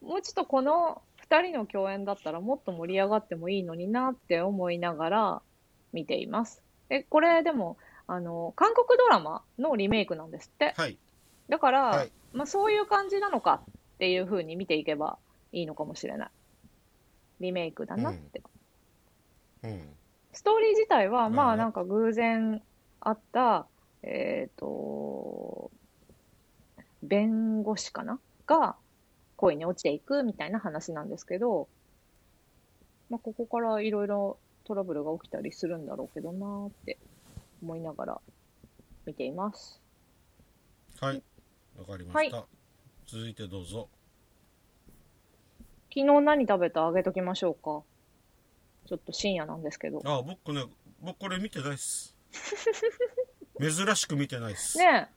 もうちょっとこの2人の共演だったらもっと盛り上がってもいいのになって思いながら見ています。え、これでも、あの、韓国ドラマのリメイクなんですって。はいだから、はいまあ、そういう感じなのかっていう風に見ていけばいいのかもしれない。リメイクだなって。うんストーリー自体は、まなるほあどなんか偶然あった、えっ、と、弁護士かなが恋に落ちていくみたいな話なんですけど、まあここからいろいろトラブルが起きたりするんだろうけどなーって思いながら見ています。はいわかりました、は続いてどうぞ昨日何食べたあげときましょうか。ちょっと深夜なんですけ (laughs) ど。あ僕ね僕これ見てないっす珍しく見てないっすね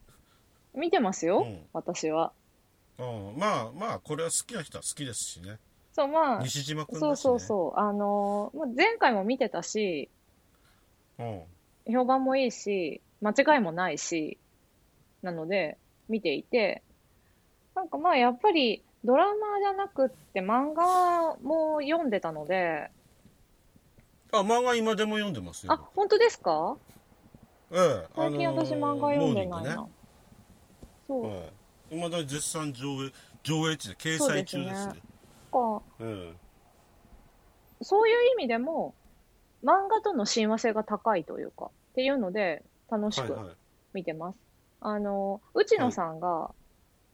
え、見てますよ、うん私は。うん、まあまあこれは好きな人は好きですしねそう、まあ、西島君だし、ね、そうそうそう。あのーまあ前回も見てたし、う、ん、評判もいいし、間違いもないし、なので、見ていて、なんかまあ、やっぱり、ドラマじゃなくって漫画も読んでたので、あ漫画今でも読んでますよあ、本当ですかええ最近私漫画読んでないな。モーニングねそう、ええいま、だに絶賛上映上映中で掲載中ですそうねか。えそういう意味でも、漫画との親和性が高いというか、っていうので、楽えしくはいはい見てます。あの、内野さんが、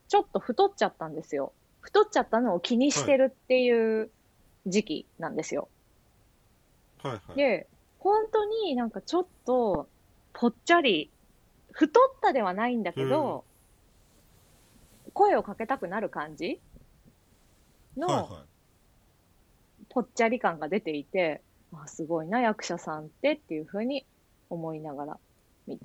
ちょっと太っちゃったんですよ。太っちゃったのを気にしてるっていう時期なんですよ。はいはいで、本当になんかちょっと、ぽっちゃり、太ったではないんだけど、声をかけたくなる感じの、はいはいぽっちゃり感が出ていて、あすごいな、役者さんってっていうふうに思いながら。で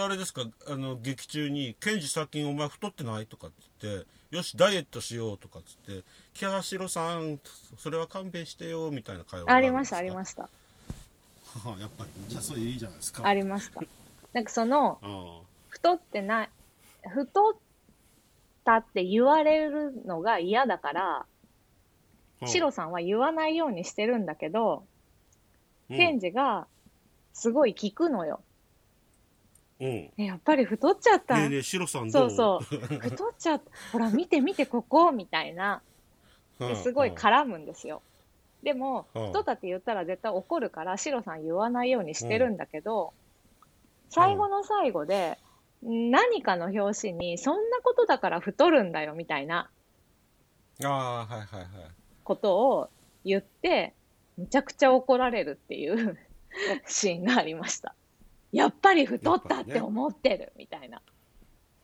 あれですかあの劇中に「ケンジ最近お前太ってない?」とかって言って「よしダイエットしよう」とかって言って「木原城さんそれは勘弁してよ」みたいな会話ありました、ありましした。た (laughs) やっぱりじゃあそれいいじゃないですかありました。なんかその、あ太ってない、太ったって言われるのが嫌だから、あシロさんは言わないようにしてるんだけど、うんケンジがすごい聞くのよ。うんえやっぱり太っちゃったねえねえ、シロさんそどううそう。太っちゃった。ほら、見て見て、ここみたいな。うんすごい絡むんですよ。でも、うん太ったって言ったら絶対怒るから、シロさん言わないようにしてるんだけど、最後の最後で、何かの表紙に、そんなことだから太るんだよみたいなうんああ、はいはいはい。ことを言って、むちゃくちゃ怒られるっていう (laughs) シーンがありました。やっぱり太ったって思ってるみたいな。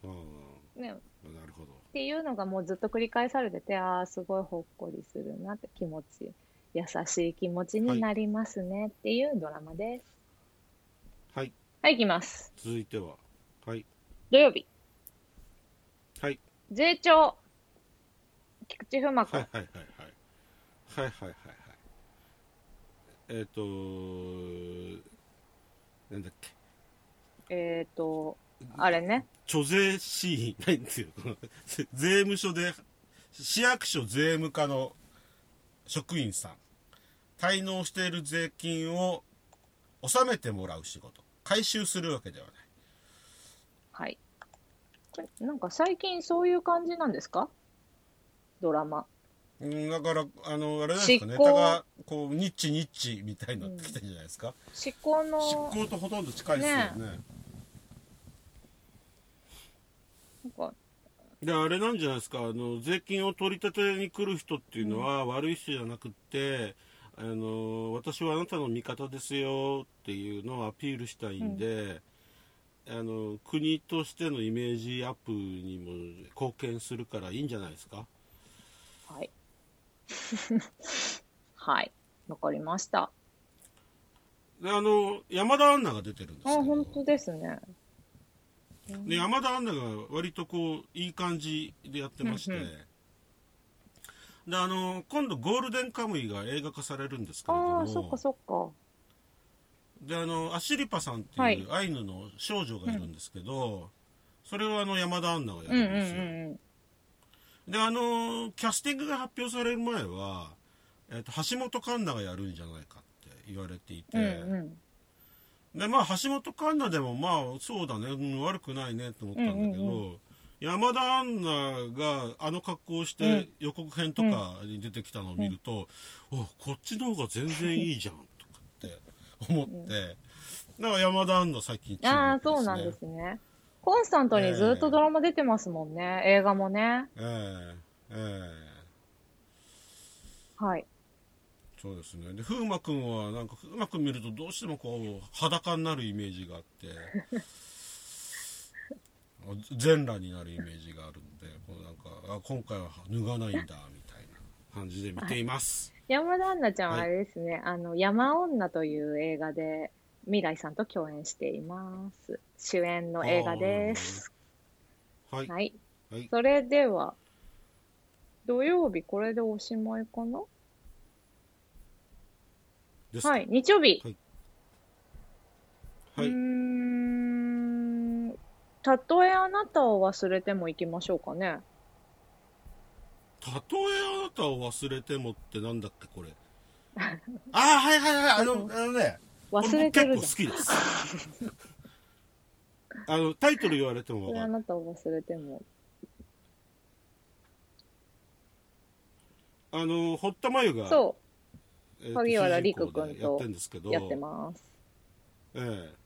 うね、っん、なるほど。ていうのがもうずっと繰り返されてて、ああ、すごいほっこりするなって気持ち、優しい気持ちになりますねっていうドラマです。はい、はい、行きます。続いては。はい。土曜日、はい。税調、菊池風磨は君、いはいはいはい。はいはいはいはい。えっ、となんだっけ。えっ、と、あれね。貯税シーン、なんていうの (laughs) 税務署で、市役所税務課の職員さん。滞納している税金を納めてもらう仕事。回収するわけではない。はい。なんか最近そういう感じなんですかドラマ。うんだから、あの、あれなんです執か、ネ行タが、こう、ニッチニッチみたいになってきてるんじゃないですか。執行の、執行とほとんど近いですよね。なんかで、あれなんじゃないですか、あの、税金を取り立てに来る人っていうのは悪い人じゃなくって、あの、私はあなたの味方ですよっていうのをアピールしたいんで、あの、国としてのイメージアップにも貢献するからいいんじゃないですか。はい。 (laughs) はい。わかりました。で、あの、山田アンナが出てるんですあ、けど本当ですね。で山田アンナが割とこういい感じでやってまして、うんうんであの今度「ゴールデンカムイ」が映画化されるんですけれどあもあ、そっかそっか。であのアシリパさんってはいいうアイヌの少女がいるんですけど、それをあの山田アンナがやうんうんるんうんですよ、うん。であのキャスティングが発表される前は、えっと橋本環奈がやるんじゃないかって言われていて、うんうん。でまあ橋本環奈でもまあそうだね、うん悪くないねと思ったんだけど、うんう山田アンナがあの格好をしうてん予告編とかに出てきたのを見ると、おこっちの方が全然いいじゃんとかって (laughs) 思って、だから山田アンナ最近注目ああ、そうなんですね。コンスタントにずっとドラマ出てますもんね。映画もね。ええええはい。そうですね。で、風磨くんは、なんか、風磨くん見るとどうしてもこう、裸になるイメージがあって、 (laughs) 全裸になるイメージがあるんで、こうなんか、あ、今回は脱がないんだ、みたいな感じで見ています。山田杏奈ちゃんははあいれですね、あの、山女という映画で、未来さんと共演しています。主演の映画です。はい。はい。はい。それでは、土曜日これでおしまいかなです。はい、日曜日。はいうーん、たとえあなたを忘れても行きましょうかね。たとえあなたを忘れてもってなんだっけ、(laughs) これ。ああ、はいはいはい、あの、あのね、忘れてこれる僕じ結構好きです。あの、タイトル言われてゃもん。たとえわかある。なたを忘れても。あの、堀田真由が、そえーと萩原主人公陸君とでやってんですけどう、やってます。ええ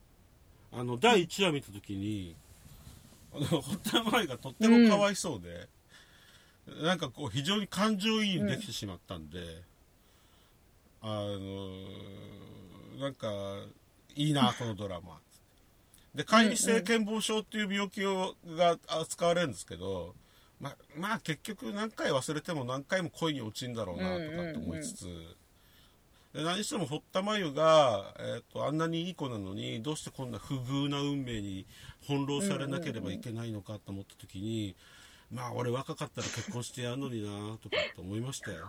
あの第1話見た時にあの堀田真由がとってもかわいそうで、なんかこう非常に感情移入できてしまったんで、あのなんかいいなこのドラマで解離性健忘症っていう病気をが扱われるんですけどままあ結局何回忘れても何回も恋に落ちるんだろうなとかって思いつつ、で何しても堀田真由が、えー、とあんなにいい子なのにどうしてこんな不遇な運命に翻弄されなければいけないのかと思った時に、まあ俺若かったら結婚してやるのになとかって思いましたよ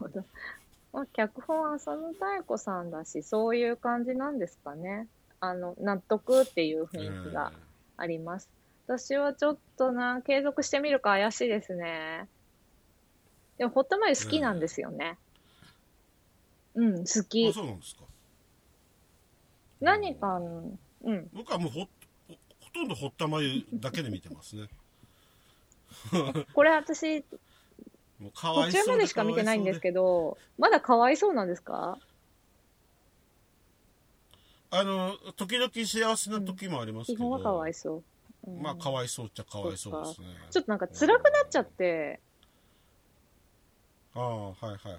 まあ、脚本は浅野妙子さんだし、そういう感じなんですかね。あの、納得っていう雰囲気があります。私はちょっとな、継続してみるか怪しいですね。でも、ホットマイ好きなんですよね。うん、好ええきあ。そうなんですか何かの、うん。僕はもうほほほとんど堀田真由だけで見てますねこれ私、もうかわ途いそう中までしか見てないんですどけど、まだかわいそうなんですかあの時々幸せな時もありますけ基ど、本はかわいそう。うんまあかわいそうっちゃかわいそうですねちょっとなんか辛くなっちゃって、ああはいはいはいは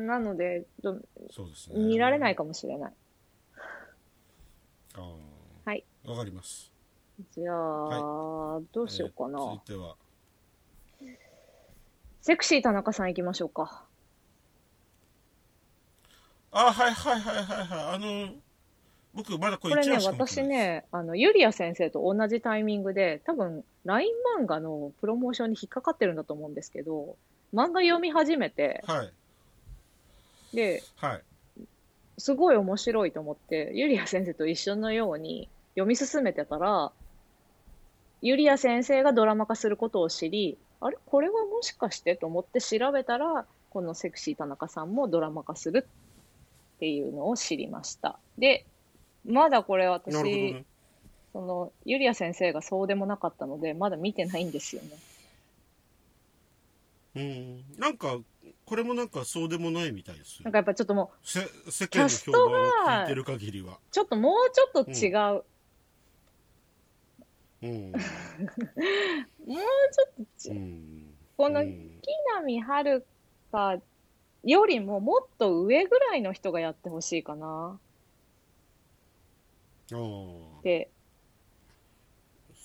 いなので、どそうですね見られないかもしれない。あーはい。わかります。じゃあ、どうしようかえーな。続いては、セクシー田中さん行きましょうか。あ、はいはいはいはいはい。あの、僕まだここれれ一ね、話しか持って私ない。ね、あの、ユリア先生と同じタイミングで、多分、LINE 漫画のプロモーションに引っかかってるんだと思うんですけど、漫画読み始めて、はいで、はい。すごい面白いと思って、ユリア先生と一緒のように読み進めてたら、ユリア先生がドラマ化することを知り、あれこれはもしかしてと思って調べたら、このセクシー田中さんもドラマ化するっていうのを知りました。で、まだこれ私、なるほどね。そのユリア先生がそうでもなかったので、まだ見てないんですよね。うん。なんか、これもなんかそうでもないみたいですなよん。かやっぱちょっともう、せ世間の評判を聞いてる限りは。ちょっともうちょっと違う、 (laughs) うん。もうちょっとう違う、ん。このう木ん南遥かよりももっと上ぐらいの人がやってほしいかなああ。って、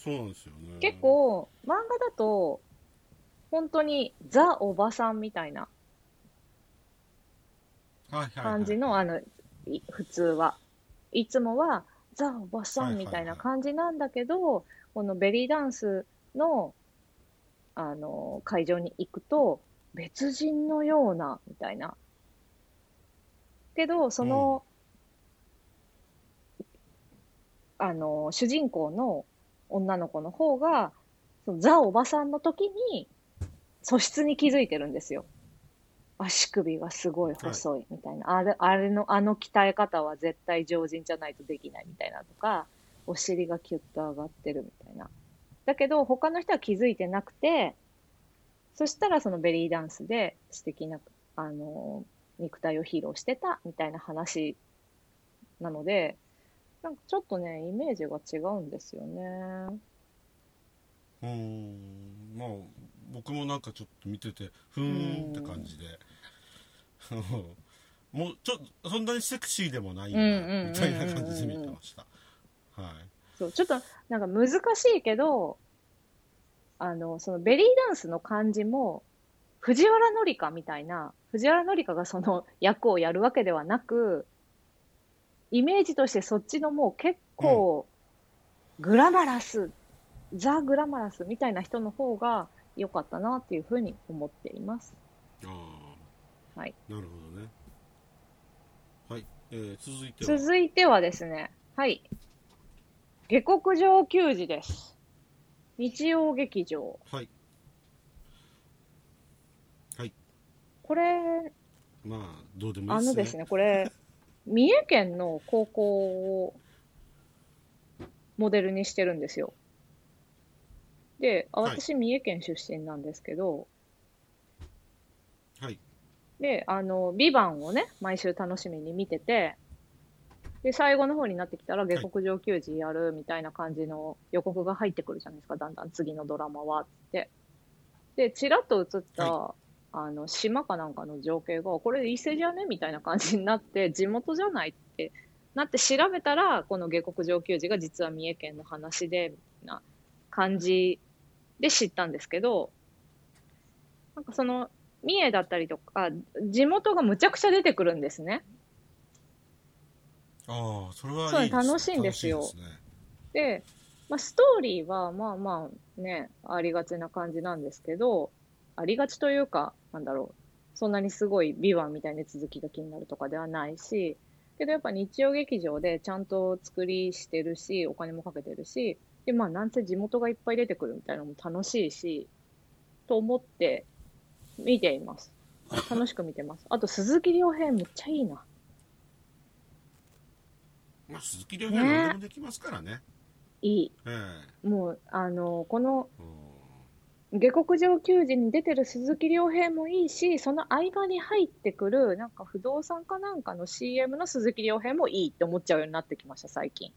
そうなんですよね。結。構漫画だと、本当にザ・おばさんみたいなはいはいはい感じの、あの、い普通は。いつもは、ザ・おばさはいんはみいはいたいな感じなんだけど、このベリーダンスの、あの、会場に行くと、別人のような、みたいな。けど、その、あの、主人公の女の子の方が、そのザ・おばさんの時に、素質に気づいてるんですよ。足首がすごい細いみたいな、あれあれのあの鍛え方は絶対常人じゃないとできないみたいなとかお尻がキュッと上がってるみたいなだけど他の人は気づいてなくてそしたらそのベリーダンスで素敵なあの肉体を披露してたみたいな話なのでなんかちょっとねイメージが違うんですよねうん。まあ、僕もなんかちょっと見てて、ふーんって感じで。 (laughs) もうちょっと、そんなにセクシーでもないなうんうんうんうんみたいな感じで見てました。はい。そうちょっとなんか難しいけど、あの、そのベリーダンスの感じも、藤原紀香みたいな、藤原紀香がその (laughs) 役をやるわけではなく、イメージとしてそっちのもう結構、グラマラス、ザ・グラマラスみたいな人の方が良かったなっていうふうに思っています。ああ。はい。なるほどね。はい。えー、続いては。続いてはですね、はい。下克上球児です。日曜劇場。はい。これ、まあ、どうでもいあいのでですすね。ね、これ、三重県の高校をモデルにしてるんですよ。で、あはい私、三重県出身なんですけど、はい。で、あの、ビバンをね、毎週楽しみに見てて、で、最後の方になってきたら、下克上球児やるみたいな感じの予告が入ってくるじゃないですか、だんだん次のドラマはって。で、ちらっと映った、あの、島かなんかの情景が、これ伊勢じゃねみたいな感じになって、地元じゃないってなって調べたら、この下克上球児が実は三重県の話で、みたいな感じで知ったんですけど、なんかその、三重だったりとか、あ地元がむちゃくちゃ出てくるんですね。ああ、それはいいそうですね楽しいんですよ楽しいねで、まあ、ストーリーはまあまあね、ありがちな感じなんですけど、ありがちというか、なんだろう、そんなにすごい美版みたいな続きが気になるとかではないし、けどやっぱ日曜劇場でちゃんと作りしてるし、お金もかけてるし、で、まあなんせ地元がいっぱい出てくるみたいなのも楽しいし、と思って見ています。楽しく見てます。あと鈴木亮平めっちゃいいな。まあ、鈴木亮平は何でもできますからね。いい。ええもう、あの、この、う下克上球児に出てる鈴木亮平もいいし、その間に入ってくる、なんか不動産かなんかの CM の鈴木亮平もいいって思っちゃうようになってきました、最近。ん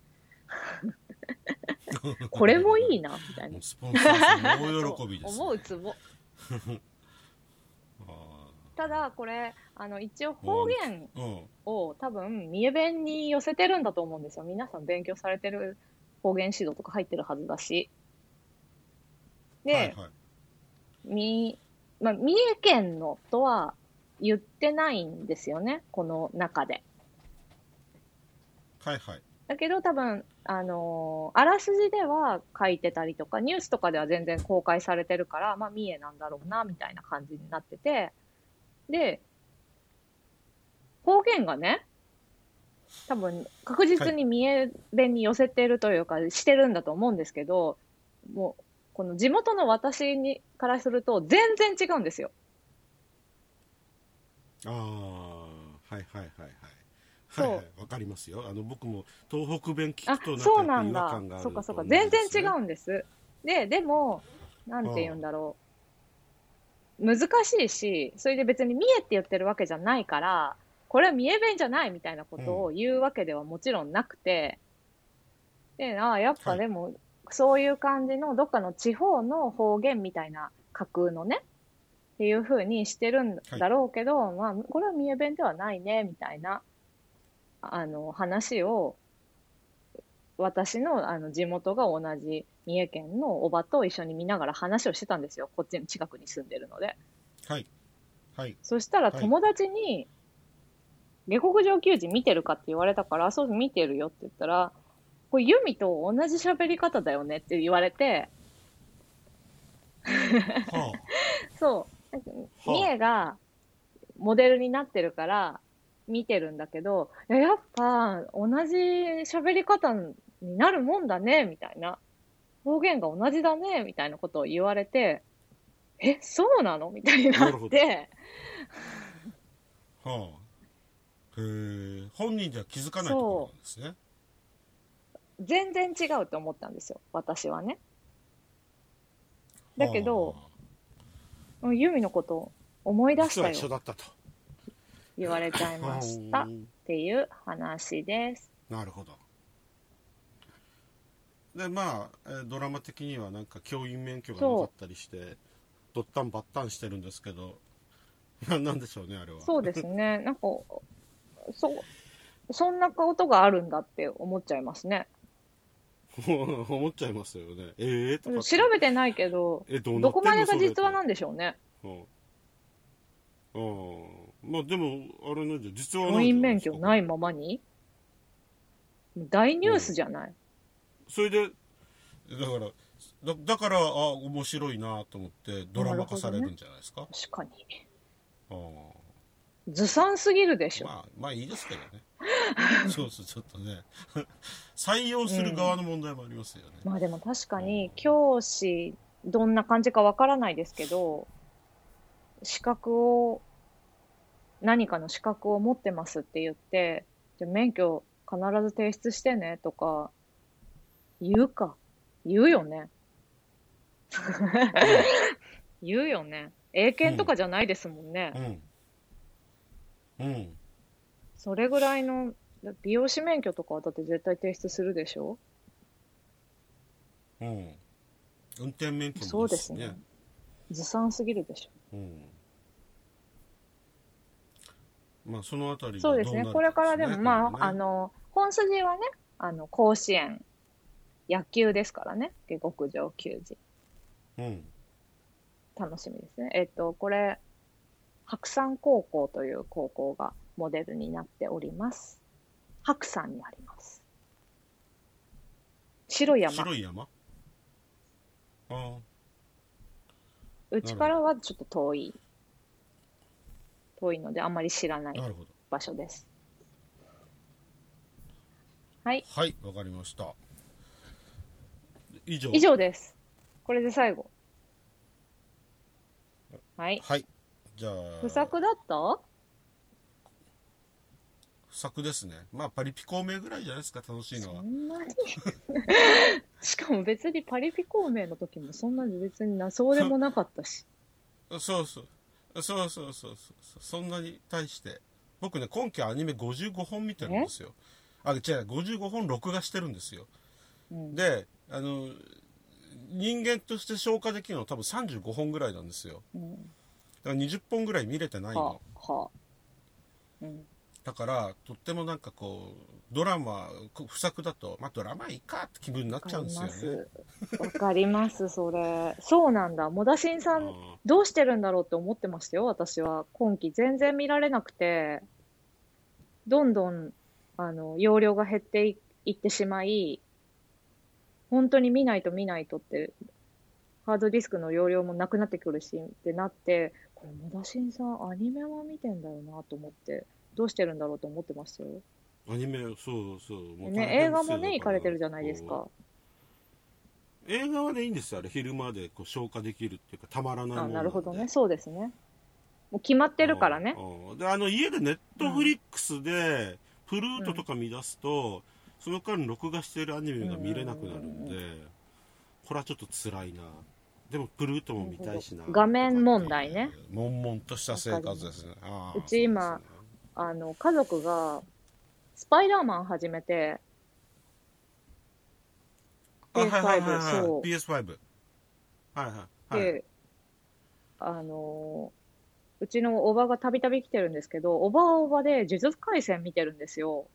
これもいいな、みたい (laughs) もなう。スポンサーさんも大喜びです、ね。 (laughs) 思うツボ。あただ、これ、あの、一応方言あうん。を多分、三重弁に寄せてるんだと思うんですよ。皆さん勉強されてる方言指導とか入ってるはずだし。で、はいはい、み、まあ、三重県のとは言ってないんですよね、この中で。はいはい。だけど多分、あのーあらすじでは書いてたりとか、ニュースとかでは全然公開されてるから、まあ三重なんだろうな、みたいな感じになってて。で、方言がね、多分確実に三重弁に寄せてるというか、してるんだと思うんですけど、もう、この地元の私にからすると全然違うんですよ。ああはいはいはいはいそうはいはいわかりますよあの僕も東北弁聞あくと、なんかそうやっなぱ違ん和だ感があ。るそうかそうか。と思全んで然すね違うんです。で、でも、なんて言うんだろう。難しいし、それで別に見えって言ってるわけじゃないから、これは見え弁じゃないみたいなことを言うわけではもちろんなくて、で、ああ、やっはぱいでも、そういう感じのどっかの地方の方言みたいな架空のね、っていう風にしてるんだろうけど、まあ、これは三重弁ではないね、みたいな、あの、話を、私のあの地元が同じ三重県のおばと一緒に見ながら話をしてたんですよ。こっちの近くに住んでるので。はいはいそしたら友達に、下克上球児見てるかって言われたから、そう見てるよって言ったら、これユミと同じ喋り方だよねって言われて、はそう。あは三重がモデルになってるから見てるんだけど、いややっぱ同じ喋り方になるもんだね、みたいな。方言が同じだね、みたいなことを言われて、え、そうなのみたいにななるっほどて、あはあへえ本人では気づかないところなんですね全然違うと思ったんですよ、私はね。だけど、はあうんユミのことを思い出し実はた一緒よ、だったと言われちゃいました。 (laughs) はっあていう話です。なるほどでまあえードラマ的にはなんか教員免許がなかったりしてどったんばったんしてるんですけど (laughs) ななんでしょうねあれはそうですね。 (laughs) なんか、そ、そんなことがあるんだって思っちゃいますね。 (laughs) 思っちゃいますよねええと調かってべてないけど、えどうなどってこんのまでが実話それなんでしょうね。うんうんまあでもあれなんじゃ実話教員なんじゃない免ですか許ないままに大ニュースじゃない。それでだからだだからあ面白いなと思ってドラマ化されるんじゃないですか、確かに。うんずさんすぎるでしょ。まあ、まあいいですけどね。 (laughs) そうそう、ちょっとね。 (laughs) 採用する側の問題もありますよね。まあでも確かに、教師、どんな感じかわからないですけど、資格を、何かの資格を持ってますって言って、じゃあ免許必ず提出してねとか、言うか。言うよね。 (laughs) 言うよね。英検とかじゃないですもんね。うん。うん。それぐらいの、美容師免許とかはだって絶対提出するでしょうん。運転免許そもうでですすしね。ね。ずさんすぎるでしょ。うん。まあ、そのあたりがそうですね、どうなるこれからでも、まねあ、あ、の、本筋はね、あの、甲子園、野球ですからね、下克上球児。うん。楽しみですね。えっと、これ、白山高校という高校がモデルになっております。白山にあります。白い山。白い山ああ。うちからはちょっと遠い。遠いので、あんまり知らないなるほど。場所です。はい、わかりました。以上。以上です。これで最後。はい。はい。じゃあ、不作だった不作ですね。まあ、パリピ孔明ぐらいじゃないですか、楽しいのそは。んなに (laughs) しかも別にパリピ孔明の時もそんなに別になそうでもなかった (laughs) し。そうそう。そうそうそうそうそう。そんなに対して。僕ね、今期アニメ55本見てるんですよ。あ、違う、55本録画してるんですよ。うん、で、あの、人間として消化できるのは多分35本ぐらいなんですよ。うんだから20本ぐらい見れてないはの。あ、はあ。うん。だから、とってもなんかこう、ドラマ、こ不作だと、まあドラマいいかって気分になっわちゃかうんでりすよまね。す。わかります、それ。そうなんだ。モダシンさん、あどうしてるんだろうって思ってましたよ、私は。今期全然見られなくて、どんどん、あの、容量が減っていいってしまい、本当に見ないと見ないとって、ハードディスクの容量もなくなってくるし、ってなって、これ、野田新さん、アニメは見てんだよなと思って、どうしてるんだろうと思ってましたよ。ーアニメ、そうそう。もう大変ですね、よ映画もだからね、行かれてるじゃないですか。映画はねいいんですよあれ昼間でこう消化できるっていうかたまらないもあのんでなるほどね、そうですね。もう決まってるからね。うんうんであの家でネットフリックスでプルートとか見出すと、その間録画してるアニメが見れなくなるんで、これはちょっと辛いなでもプルートも見たいしななるほど画面問題ね悶々とした生活ですねあーうち今あの、家族が、スパイダーマン始めて、そうですねあはいはいはいはいそう PS5 はいはいはいで、あのー、うちのおばがたびたび来てるんですけど、おばはおばで呪術廻戦見てるんですよ。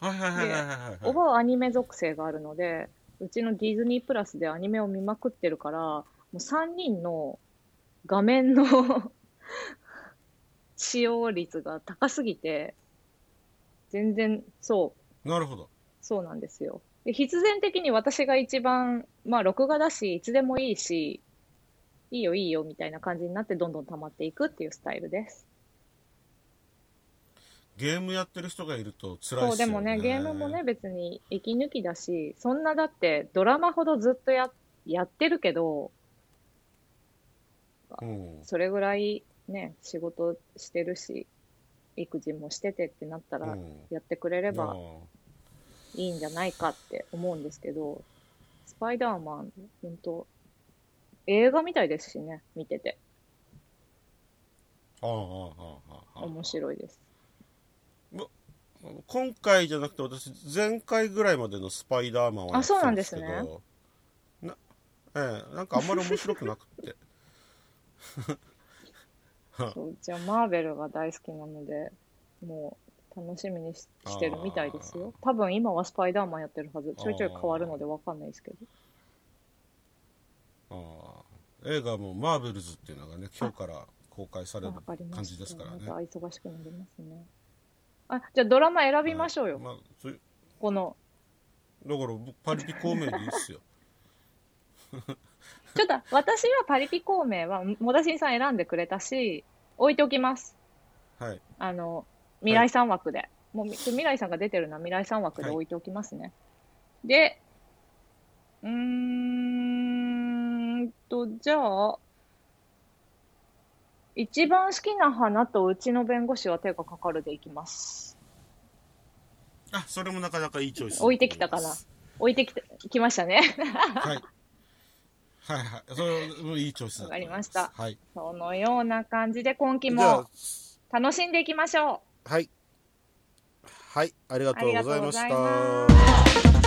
はいはいはいはいはいおばはアニメ属性があるので、うちのディズニープラスでアニメを見まくってるから、もう3人の画面の (laughs) 使用率が高すぎて、全然、そう、なるほどそうなんですよ。で必然的に私が一番、まあ、録画だし、いつでもいいし、いいよいいよみたいな感じになって、どんどん溜まっていくっていうスタイルです。ゲームやってる人がいると辛いそっう、すでよねもね、ゲームもね、別に息抜きだし、そんなだって、ドラマほどずっとややってるけど、うんそれぐらいね、仕事してるし、育児もしててってなったうら、んやってくれればあーいいんじゃないかって思うんですけど、スパイダーマン、本当映画みたいですしね、見てて。あーあーあーあーあー面白いです。今回じゃなくて私前回ぐらいまでのスパイダーマンはやってたあそけどうなんでなええなんかあんまり面白くなくって (laughs) そううちはマーベルが大好きなので、もう楽しみにししてるみたいですよ。多分今はスパイダーマンやってるはず。ちょいちょい変わるのでわかんないですけど。ああ映画も「マーベルズ」っていうのがね今日から公開されわるかりま感した。じですからねまた忙しくなりますね。あ、じゃあドラマ選びましょうよ。まあ、そういうこの。だから僕パリピ孔明でいいっすよ (laughs) ちょっと私はパリピ孔明は、モダシンさん選んでくれたし、置いておきます。はいあの、未来三枠で。もうみ、未来さんが出てるのは未来三枠ではい置いておきますね。で、うーんと、じゃあ、一番好きな花とうちの弁護士は手がかかるでいきます。あそれもなかなかいいチョイス置いてきたかな置いてきて、きましたね。 (laughs) はいはいはいそれもいいチョイスわだと思いすかりましはいそのような感じで今期じゃあも楽しんでいきましょう。はいはいありがとうございましたありがとうございます